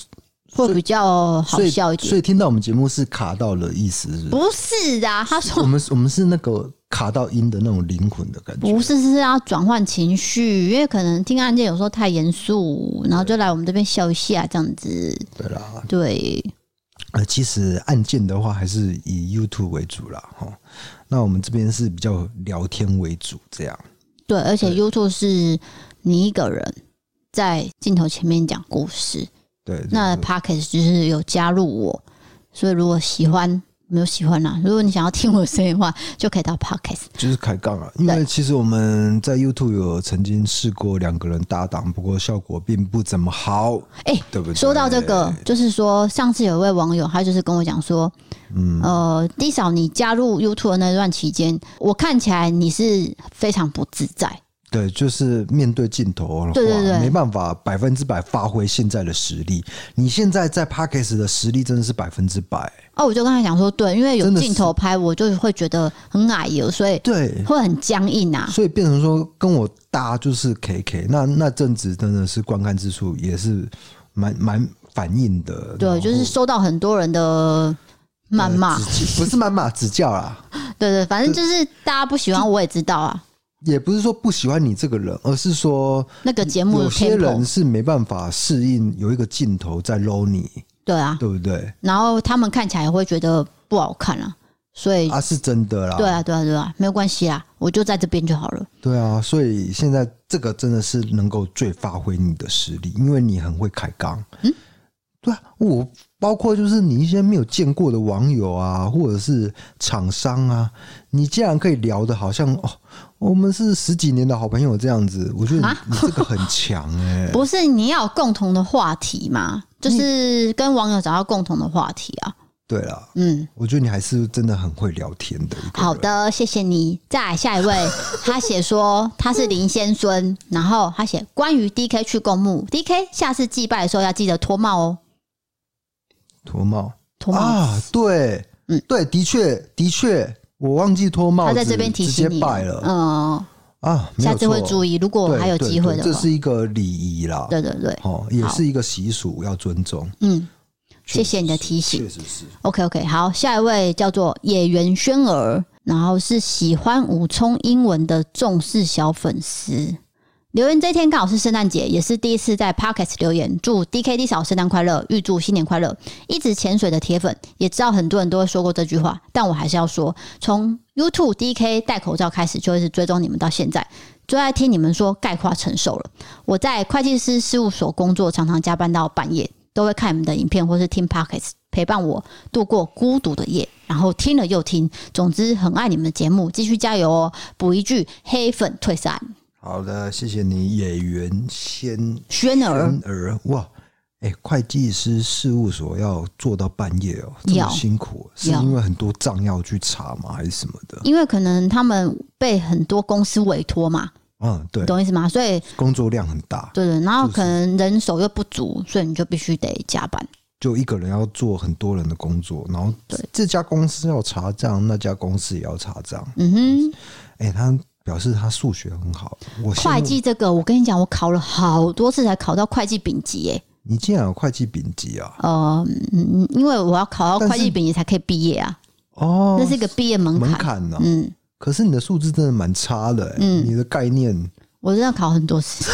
会比较好
所以
笑一
所
点。
以听到我们节目是卡到了意思是不
不是啊，他
是，我
说
们我们是那个卡到音的那种灵魂的感觉。
不是，是要转换情绪，因为可能听案件有时候太严肃，然后就来我们这边笑一下这样子。
对啦，
对，
呃，其实案件的话还是以 YouTube 为主啦，哈。那我们这边是比较聊天为主，这样。
对，而且
对
YouTube 是你一个人在镜头前面讲故事，
对，对
那
对
Pocket 就是有加入我，所以如果喜欢。没有喜欢啦、如果你想要听我声音的话，就可以到 Podcast。
就是开杠啊，因为
对
其实我们在 YouTube 有曾经试过两个人搭档，不过效果并不怎么好，
哎、
对不对？
说到这个，就是说上次有一位网友，他就是跟我讲说，
嗯
呃，d 嫂，你加入 YouTube 的那段期间，我看起来你是非常不自在，
对，就是面对镜头的话，
对对对
没办法百分之百发挥现在的实力。你现在在 p a c k a s 的实力真的是百分之百，
哦，我就跟他讲说，对，因为有
真的是
镜头拍，我就会觉得很矮油，所以
对，
会很僵硬啊。
所以变成说跟我搭就是 KK，那那阵子真的是观看之数也是蛮蛮反应的，然
对，
后
就是收到很多人的谩骂，
呃指不是谩骂，指教啦。
对对，反正就是大家不喜欢，我也知道啊。
也不是说不喜欢你这个人，而是说
那个节目
有
的
些
tempo，
人是没办法适应有一个镜头在搂你，
对啊，
对不对？
然后他们看起来也会觉得不好看啊，所以、
啊，是真的啦，
对啊，对啊，对啊，没有关系啦，我就在这边就好了。
对啊，所以现在这个真的是能够最发挥你的实力，因为你很会开杠。
嗯，
对啊，我包括就是你一些没有见过的网友啊，或者是厂商啊，你竟然可以聊的好像哦，我们是十几年的好朋友这样子，我觉得你,、
啊
你这个很强哎、
不是你要有共同的话题嘛，就是跟网友找到共同的话题啊。
对啦，
嗯，
我觉得你还是真的很会聊天的一个人。
好的，谢谢你。再来下一位，他写说他是林先孙，然后他写关于 D K 去公墓，D K 下次祭拜的时候要记得脱帽哦，
脱帽
脱帽。
啊，对，
嗯
对，的确，的确，我忘记脱帽
他
子，
在这边提
直
醒
接
你
拜了、
嗯，
啊，没有
下次会
错
注意，如果
对
还有
对
机会
对
的
这
话，
是一个礼仪啦，
对对对，
哦，也
好
是一个习俗，要尊重。
嗯，谢
确
谢你的
实
提醒
确实是。
OK OK，好，下一位叫做野原轩儿，然后是喜欢武冲英文的重视小粉丝。留言这一天刚好是圣诞节，也是第一次在 Pocket 留言，祝 DKD 嫂圣诞快乐，预祝新年快乐。一直潜水的铁粉也知道很多人都会说过这句话，但我还是要说，从 YouTube DK 戴口罩开始，就一直追踪你们到现在，最爱听你们说概括承受了。我在会计师事务所工作，常常加班到半夜，都会看你们的影片或是听 Pockets 陪伴我度过孤独的夜，然后听了又听，总之很爱你们的节目，继续加油哦！补一句，黑粉退散，
好的，谢谢你，野原仙
轩儿
轩儿哇。哎、会计师事务所要做到半夜哦，这么
要
辛苦，是
要
因为很多账要去查吗，还是什么的？
因为可能他们被很多公司委托嘛，
嗯，对，
懂意思吗？所以
工作量很大，
对对，然后
就是
可能人手又不足，所以你就必须得加班。
就一个人要做很多人的工作，然后
对
这家公司要查账，那家公司也要查账。
嗯
哎、他表示他数学很好，我
哼，
羡慕
会计这个我跟你讲，我考了好多次才考到会计丙级耶、
你竟然有会计丙级啊？
呃，嗯，因为我要考到会计丙级才可以毕业啊，
哦，
那是一个毕业门
门
槛。
槛呢、
嗯，
可是你的数字真的蛮差的、欸，
嗯
你的概念，
我真的考很多 次，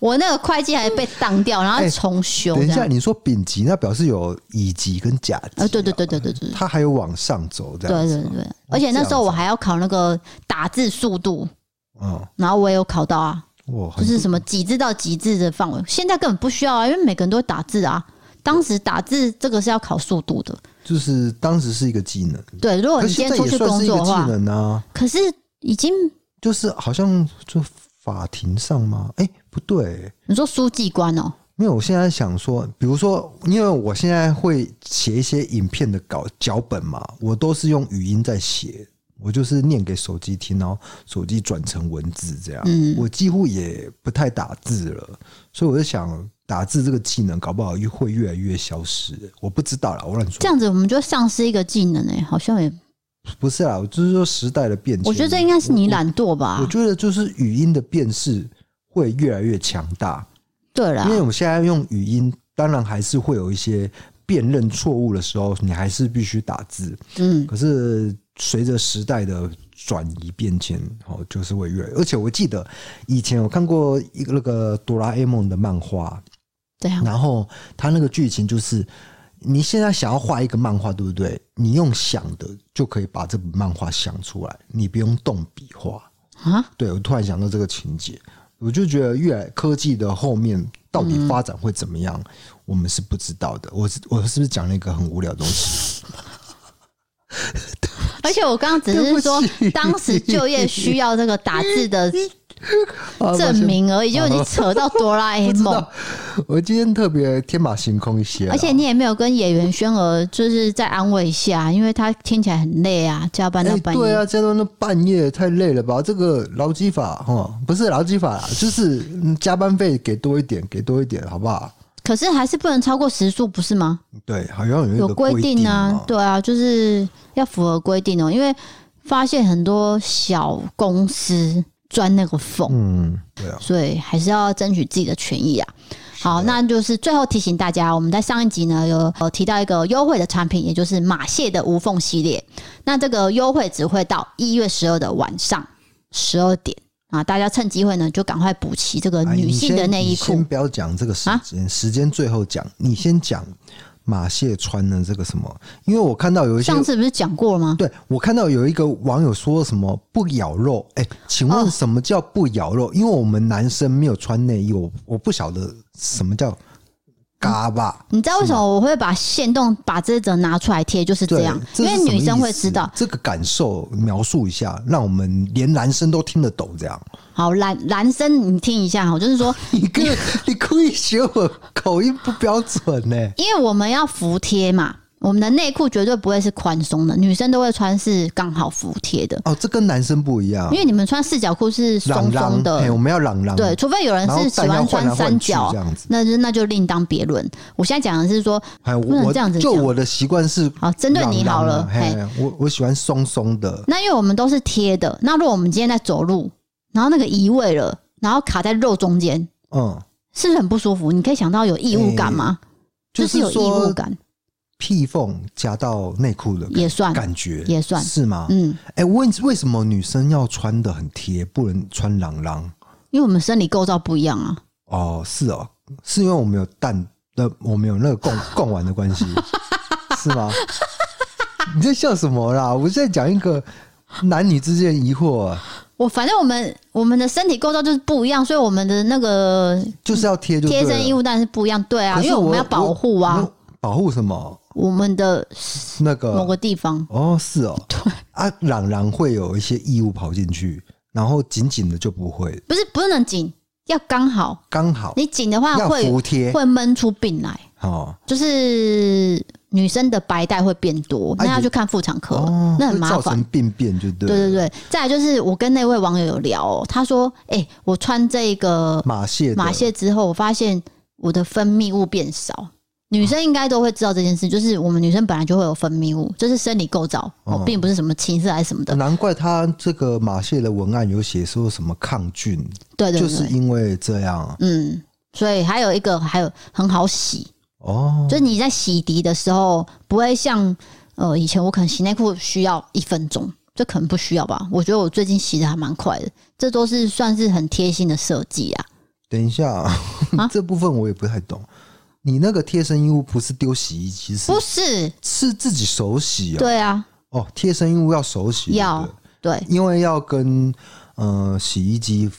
我那个会计还被当掉，然后
哎
重修
等
这
一下
样。
你说丙级，那表示有乙级跟甲级、啊
呃，对对对对对对对
它还有往上走这样
对
子哦
对
吗，
对，而且那时候我还要考那个打字速度，
嗯，
然后我也有考到啊，
哇，
就
很
是什么几字到几字的范围，现在根本不需要啊，因为每个人都会打字啊。当时打字这个是要考速度的，
就是当时是一个技能，
对。如果
可
你
是
今
现
天
在
出
也
去
算
工
是一个
作的
技
话，
能啊，
可是已经
就是好像就法庭上吗？哎、不对、
你说书记官哦、
因为我现在想说，比如说，因为我现在会写一些影片的稿脚本嘛，我都是用语音在写，我就是念给手机听，然后手机转成文字这样。
嗯
我几乎也不太打字了，所以我就想，打字这个技能搞不好会越来越消失。我不知道啦，我乱说。
这样子我们就丧失一个技能哎、好像也，
不是啦，我就是说时代的变迁。
我觉得这应该是你懒惰
我。
吧
我？觉得就是语音的辨识会越来越强大。
对啦
因，为我们现在用语音，当然还是会有一些辨认错误的时候，你还是必须打字。
嗯，
可是随着时代的转移变迁，哦，就是会越来。而且我记得以前我看过一个那个哆啦 A 梦的漫画，
这样
然后它那个剧情就是。你现在想要画一个漫画，对不对？你用想的就可以把这本漫画想出来，你不用动笔画。
啊，
对我突然想到这个情节，我就觉得越来科技的后面到底发展会怎么样，我们是不知道的。我是我是不是讲了一个很无聊的东西？
而且我刚刚只是说
对不起，
当时就业需要这个打字的
啊抱歉
证明而已，就你扯到哆啦 A
不知
梦
道，我今天特别天马行空一些啦，啊
而且你也没有跟演员轩儿就是再安慰一下，因为他听起来很累啊，加班到
哎，
半
对
夜。
啊，加班到半夜太累了吧？这个劳基法哈，不是劳基法啦，就是嗯加班费给多一点，给多一点，好不好？
可是还是不能超过时速，不是吗？
对，好像有一
有
个
规
定
定啊
嘛，
对啊，就是要符合规定哦、因为发现很多小公司钻那个缝，
嗯，对啊，
所以还是要争取自己的权益啊。好，那就是最后提醒大家，我们在上一集呢有呃提到一个优惠的产品，也就是马蟹的无缝系列。那这个优惠只会到一月十二的晚上十二点啊，大家趁机会呢就赶快补齐这个
哎
呃女
你
性的
先
内
你
衣
先
裤。
不要讲这个时
啊
间，时间最后讲。你先讲马蟹穿的这个什么？因为我看到有一些
上，次不是讲过了吗？
对我看到有一个网友说什么不咬肉。哎、请问
哦
什么叫不咬肉？因为我们男生没有穿内衣，我我不晓得什么叫嘎巴。
你知道为什么我会把线动把这则拿出来贴，就是这
对
样，，
这
因
是
为
什么
女生
意
会
思
知道。
这个感受，描述一下，让我们连男生都听得懂。 这样，
好，男男生你听一下哈，就是说
你跟你故意学我口音不标准呢、
因为我们要服帖嘛，我们的内裤绝对不会是宽松的，女生都会穿是刚好服帖的，
哦，这跟男生不一样
因，为你们穿四角裤是松
朗
松
朗
的，
嘿我们要朗朗，
对，除非有人
然后
是喜
但要
欢
换来
穿
换
三
去
角
这样子，
那就那就另当别论。我现在讲的是说，
哎，
不能
我
这样子
就
讲
我的习惯是
好针对你
朗
好
朗
了
啊嘿，我我喜欢松松的，
那因为我们都是贴的，那如果我们今天在走路，然后那个移位了，然后卡在肉中间，
嗯，
是不是很不舒服？你可以想到有异物感吗？
哎就是
有异
说
物感
屁缝夹到内裤的感
也算，
感觉，
也算
是吗？
嗯，
哎，为为什么女生要穿的很贴，不能穿朗朗？
因为我们生理构造不一样啊。
哦，是哦，是因为我们有蛋的，我们有那个 贡贡丸的关系，是吗？你在笑什么啦？我在讲一个男女之间的疑惑、啊，
我反正我们我们的身体构造就是不一样，所以我们的那个
就是要贴就
贴身衣
物
物当然是不一样，对啊，因为我们要保护，啊
我保护什么？
我们的
那
某
个
个地方。
哦，是哦，啊，朗朗会有一些异物跑进去，然后紧紧的就不会，
不是不能紧，要刚好。
刚好
你紧的话
要
会
服帖
会闷出病来，
哦。
就是女生的白带会变多，
哎
那要去看妇产科，
哦，
那很
会
麻
造
烦
成。病变，就对。
对对，对，再来就是我跟那位网友有聊、哦，他说：“哎、我穿这个
马蟹的
马蟹之后，我发现我的分泌物变少。”女生应该都会知道这件事，就是我们女生本来就会有分泌物，这是生理构造，哦
哦，嗯
并不是什么情色还是什么的。
难怪他这个马蟹的文案有写说什么抗菌，
对对
就是
对，
因为这样
嗯，所以还有一个还有很好洗，
哦。
就是你在洗涤的时候，不会像呃以前我可能洗内裤需要一分钟，这可能不需要吧？我觉得我最近洗的还蛮快的，这都是算是很贴心的设计啊。
等一下， 这部分我也不太懂。你那个贴身衣物不是丢洗衣机，是
不是，
是自己手洗啊？
对啊，
哦，贴身衣物要手洗，
要
对不
对，
对因为要跟呃洗衣机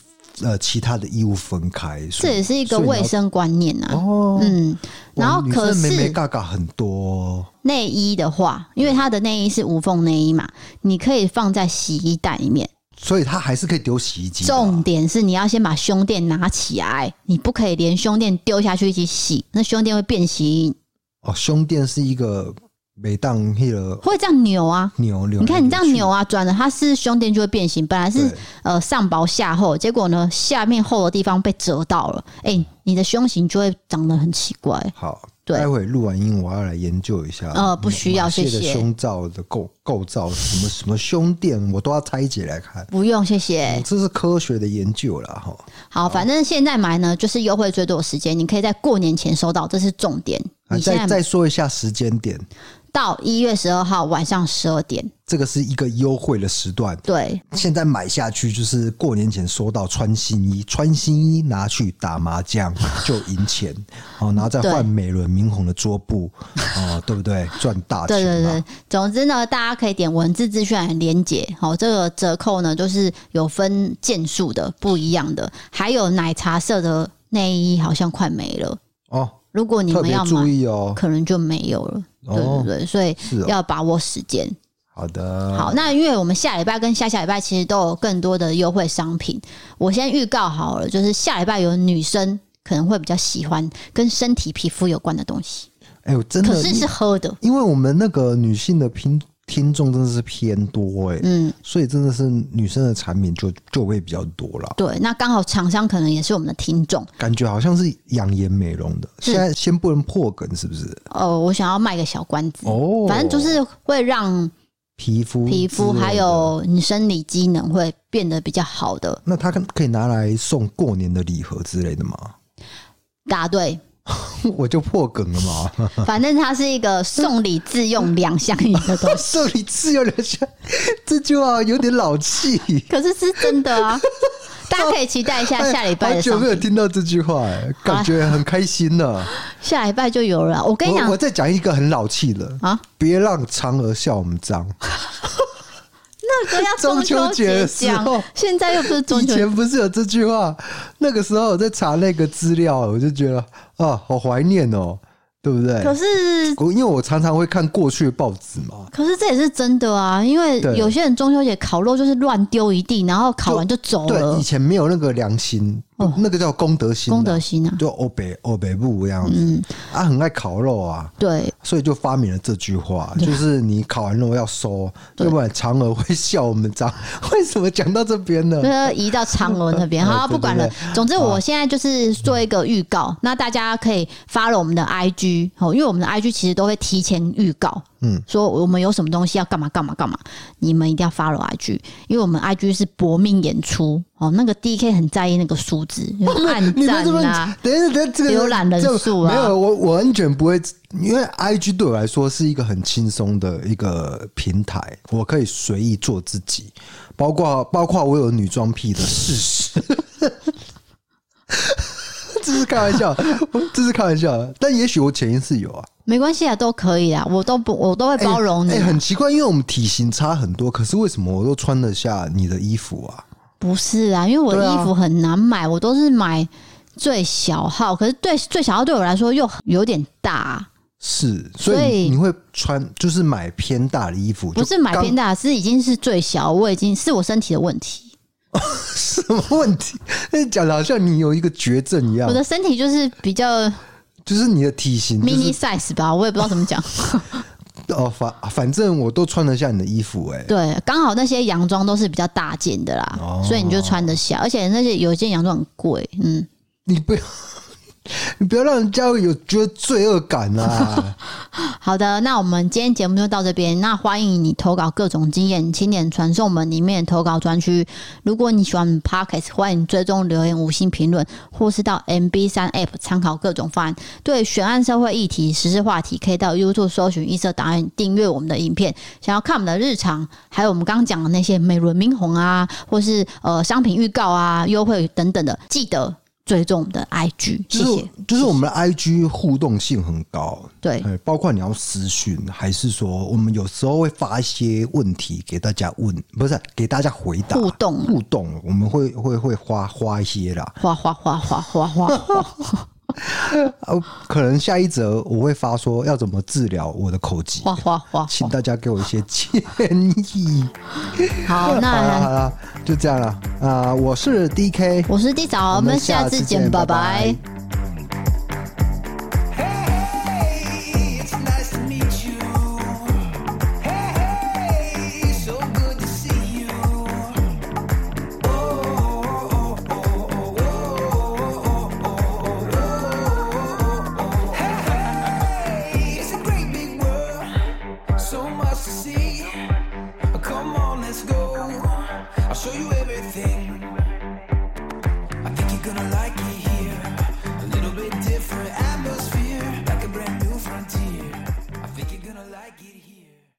呃其他的衣物分开，所
这
以
也是一个
所以你要
卫生观念啊。
哦。
嗯，然后
哇女
可
生妹妹
是
嘎嘎很多哦
内衣的话，因为它的内衣是无缝内衣嘛，你可以放在洗衣袋里面。
所以她还是可以丢洗衣机的啊。
重点是你要先把胸垫拿起来，你不可以连胸垫丢下去一起洗，那胸垫会变形，
哦，胸垫是一个每当那个
会这样扭啊。
扭扭，
你看你这样扭
啊，
啊转了，它是胸垫就会变形。本来是
对
呃上薄下厚，结果呢下面厚的地方被折到了，哎、你的胸型就会长得很奇怪。
好，
对
待会录完音我要来研究一下。
呃不需要
马蟹
谢谢
的胸罩的构构造，什么什么胸垫，我都要拆解来看。哦
不用，谢谢。
这是科学的研究了哈。
好，反正现在买呢就是优惠最多的时间，你可以在过年前收到，这是重点。
啊
你现
再
在
再说一下时间点，
到一月十二号晚上十二点，
这个是一个优惠的时段。
对，
现在买下去就是过年前收到穿新衣，穿新衣拿去打麻将就赢钱，哦，然后再
对
换美轮明宏的桌布，哦，对不对？赚大
对对
钱
对
嘛。，
总之呢，大家可以点文字资讯来连接。好、这个折扣呢，就是有分件数的，不一样的，还有奶茶色的内衣好像快没了。
哦，
如果你
特
们
别
要
注
买，
意哦。
可能就没有了。对
哦
对对，所以
是哦
要把握时间。
好的，
好，那因为我们下礼拜跟下下礼拜其实都有更多的优惠商品，我先预告好了，就是下礼拜有女生可能会比较喜欢跟身体皮肤有关的东西，
哎呦，真的，
可是是喝的。
因为我们那个女性的听听众真的是偏多哎、
嗯，
所以真的是女生的产品就就会比较多啦。
对，那刚好厂商可能也是我们的听众。
感觉好像是养颜美容的，
是
现在先不能破梗，是不是？
哦，我想要卖个小关子，
哦，
反正就是会让
皮肤
皮肤
之类的
还，有你生理机能会变得比较好的。
那它可可以拿来送过年的礼盒之类的吗？
答对，
我就破梗 了嘛，
反正它是一个送礼自用两相宜的东西，
送礼自由人家，这句话有点老气。
可是是真的啊，大家可以期待一 下下礼拜
哎好
的
久
商
没有
品，
听到这句话、哎感觉很开心呢、
下礼拜就有了啊。我跟你
我
讲
我再讲一个很老气的
啊，
别让嫦娥笑我们脏。
那个要中
中秋
秋
节的
节
时候
讲，现在又不是中秋
以
节，
前不是有这句话？那个时候我在查那个资料，我就觉得啊，好怀念哦，对不对
可？是
我因为我常常会看过去的报纸嘛，
可是这也是真的啊，因为
对
有些人中秋节烤肉就是乱丢一地，然后烤完就走
对，
了
以。前没有那个良心，
哦
那个叫功德心啊，
功德心啊，
就欧北欧北部一样子，
嗯，
啊，很爱烤肉啊，
对，
所以就发明了这句话，就是你烤完肉要收，
啊对
要不然嫦娥会笑我们脏。 为什么讲到这边呢？
就是移到嫦娥那边。好，
嗯对
不管了
对。
总之，我现在就是做一个预告，那大家可以发了我们的 IG 哦，因为我们的 IG 其实都会提前预告，嗯
嗯，
说我们有什么东西要干嘛干嘛干嘛，你们一定要发了 IG，因为我们 IG 是搏命演出哦。那个 DK 很在意那个数 字，有
哦你
暗
们
赞
这边
啊，
等一下，等一下，这个
浏览人数啊
这没有，我我完全不会，因为 I G 对我来说是一个很轻松的一个平台，我可以随意做自己，包括包括我有女装癖的事实。 这是开玩笑，我这是开玩笑，但也许我潜意识有啊。
没关系啊，都可以啊，我都不，我都会包容你
哎、
啊。
很奇怪，因为我们体型差很多，可是为什么我都穿得下你的衣服啊？
不是啊，因为我的
对啊
衣服很难买，我都是买最小号，可是对最小号对我来说又有点大啊、
是，所
所
以
以
你会穿，就是买偏大的衣服，
不是买偏
大
大，是已经是最小，我已经是我身体的问题，
什么问题？那讲的好像你有一个绝症一样
我，的身体嗯就是比较
就是你的体型、就是，
mini size 吧，我也不知道怎么讲。
哦，反反正我都穿得下你的衣服、哎，
对，刚好那些洋装都是比较大件的啦，所以你就穿得下，而且那些有一件洋装很贵，嗯，
你不要。 你不要让人家有觉得罪恶感 啊！
好的，那我们今天节目就到这边。那欢迎你投稿各种经验，请点传送门里面投稿专区。如果你喜欢我们 Podcast，欢迎追踪留言、五星评论，或是到 MB 三 App 参考各种方案。对悬案社会议题、时事话题，可以到 YouTube 搜寻“异色档案”，订阅我们的影片。想要看我们的日常，还有我们刚刚讲的那些美轮明红啊，或是呃商品预告啊、优惠等等的，记得追踪我们的 IG。谢
就是
谢。
就是我们的 IG 互动性很高，
对
哎包括你要私讯，还是说我们有时候会发一些问题给大家问，不是给大家回答
互动
互动，我们会会会花花一些啦。
哗哗哗哗哗哗哗。
呃，可能下一则我会发说要怎么治疗我的口疾，
哗哗哗
请
哗。
大家给我一些建议。
好，
好了 好
那
了，就这样了啊、我是 DK，
我是地嫂，我们下次见，拜拜。
Hey, it's nice to meet you. Hey, hey, so good to see you. Oh, oh, oh, oh, oh, Hey, it's a great big world, so much to see. Come on, let's go. I'll show you everything. I think you're gonna like it.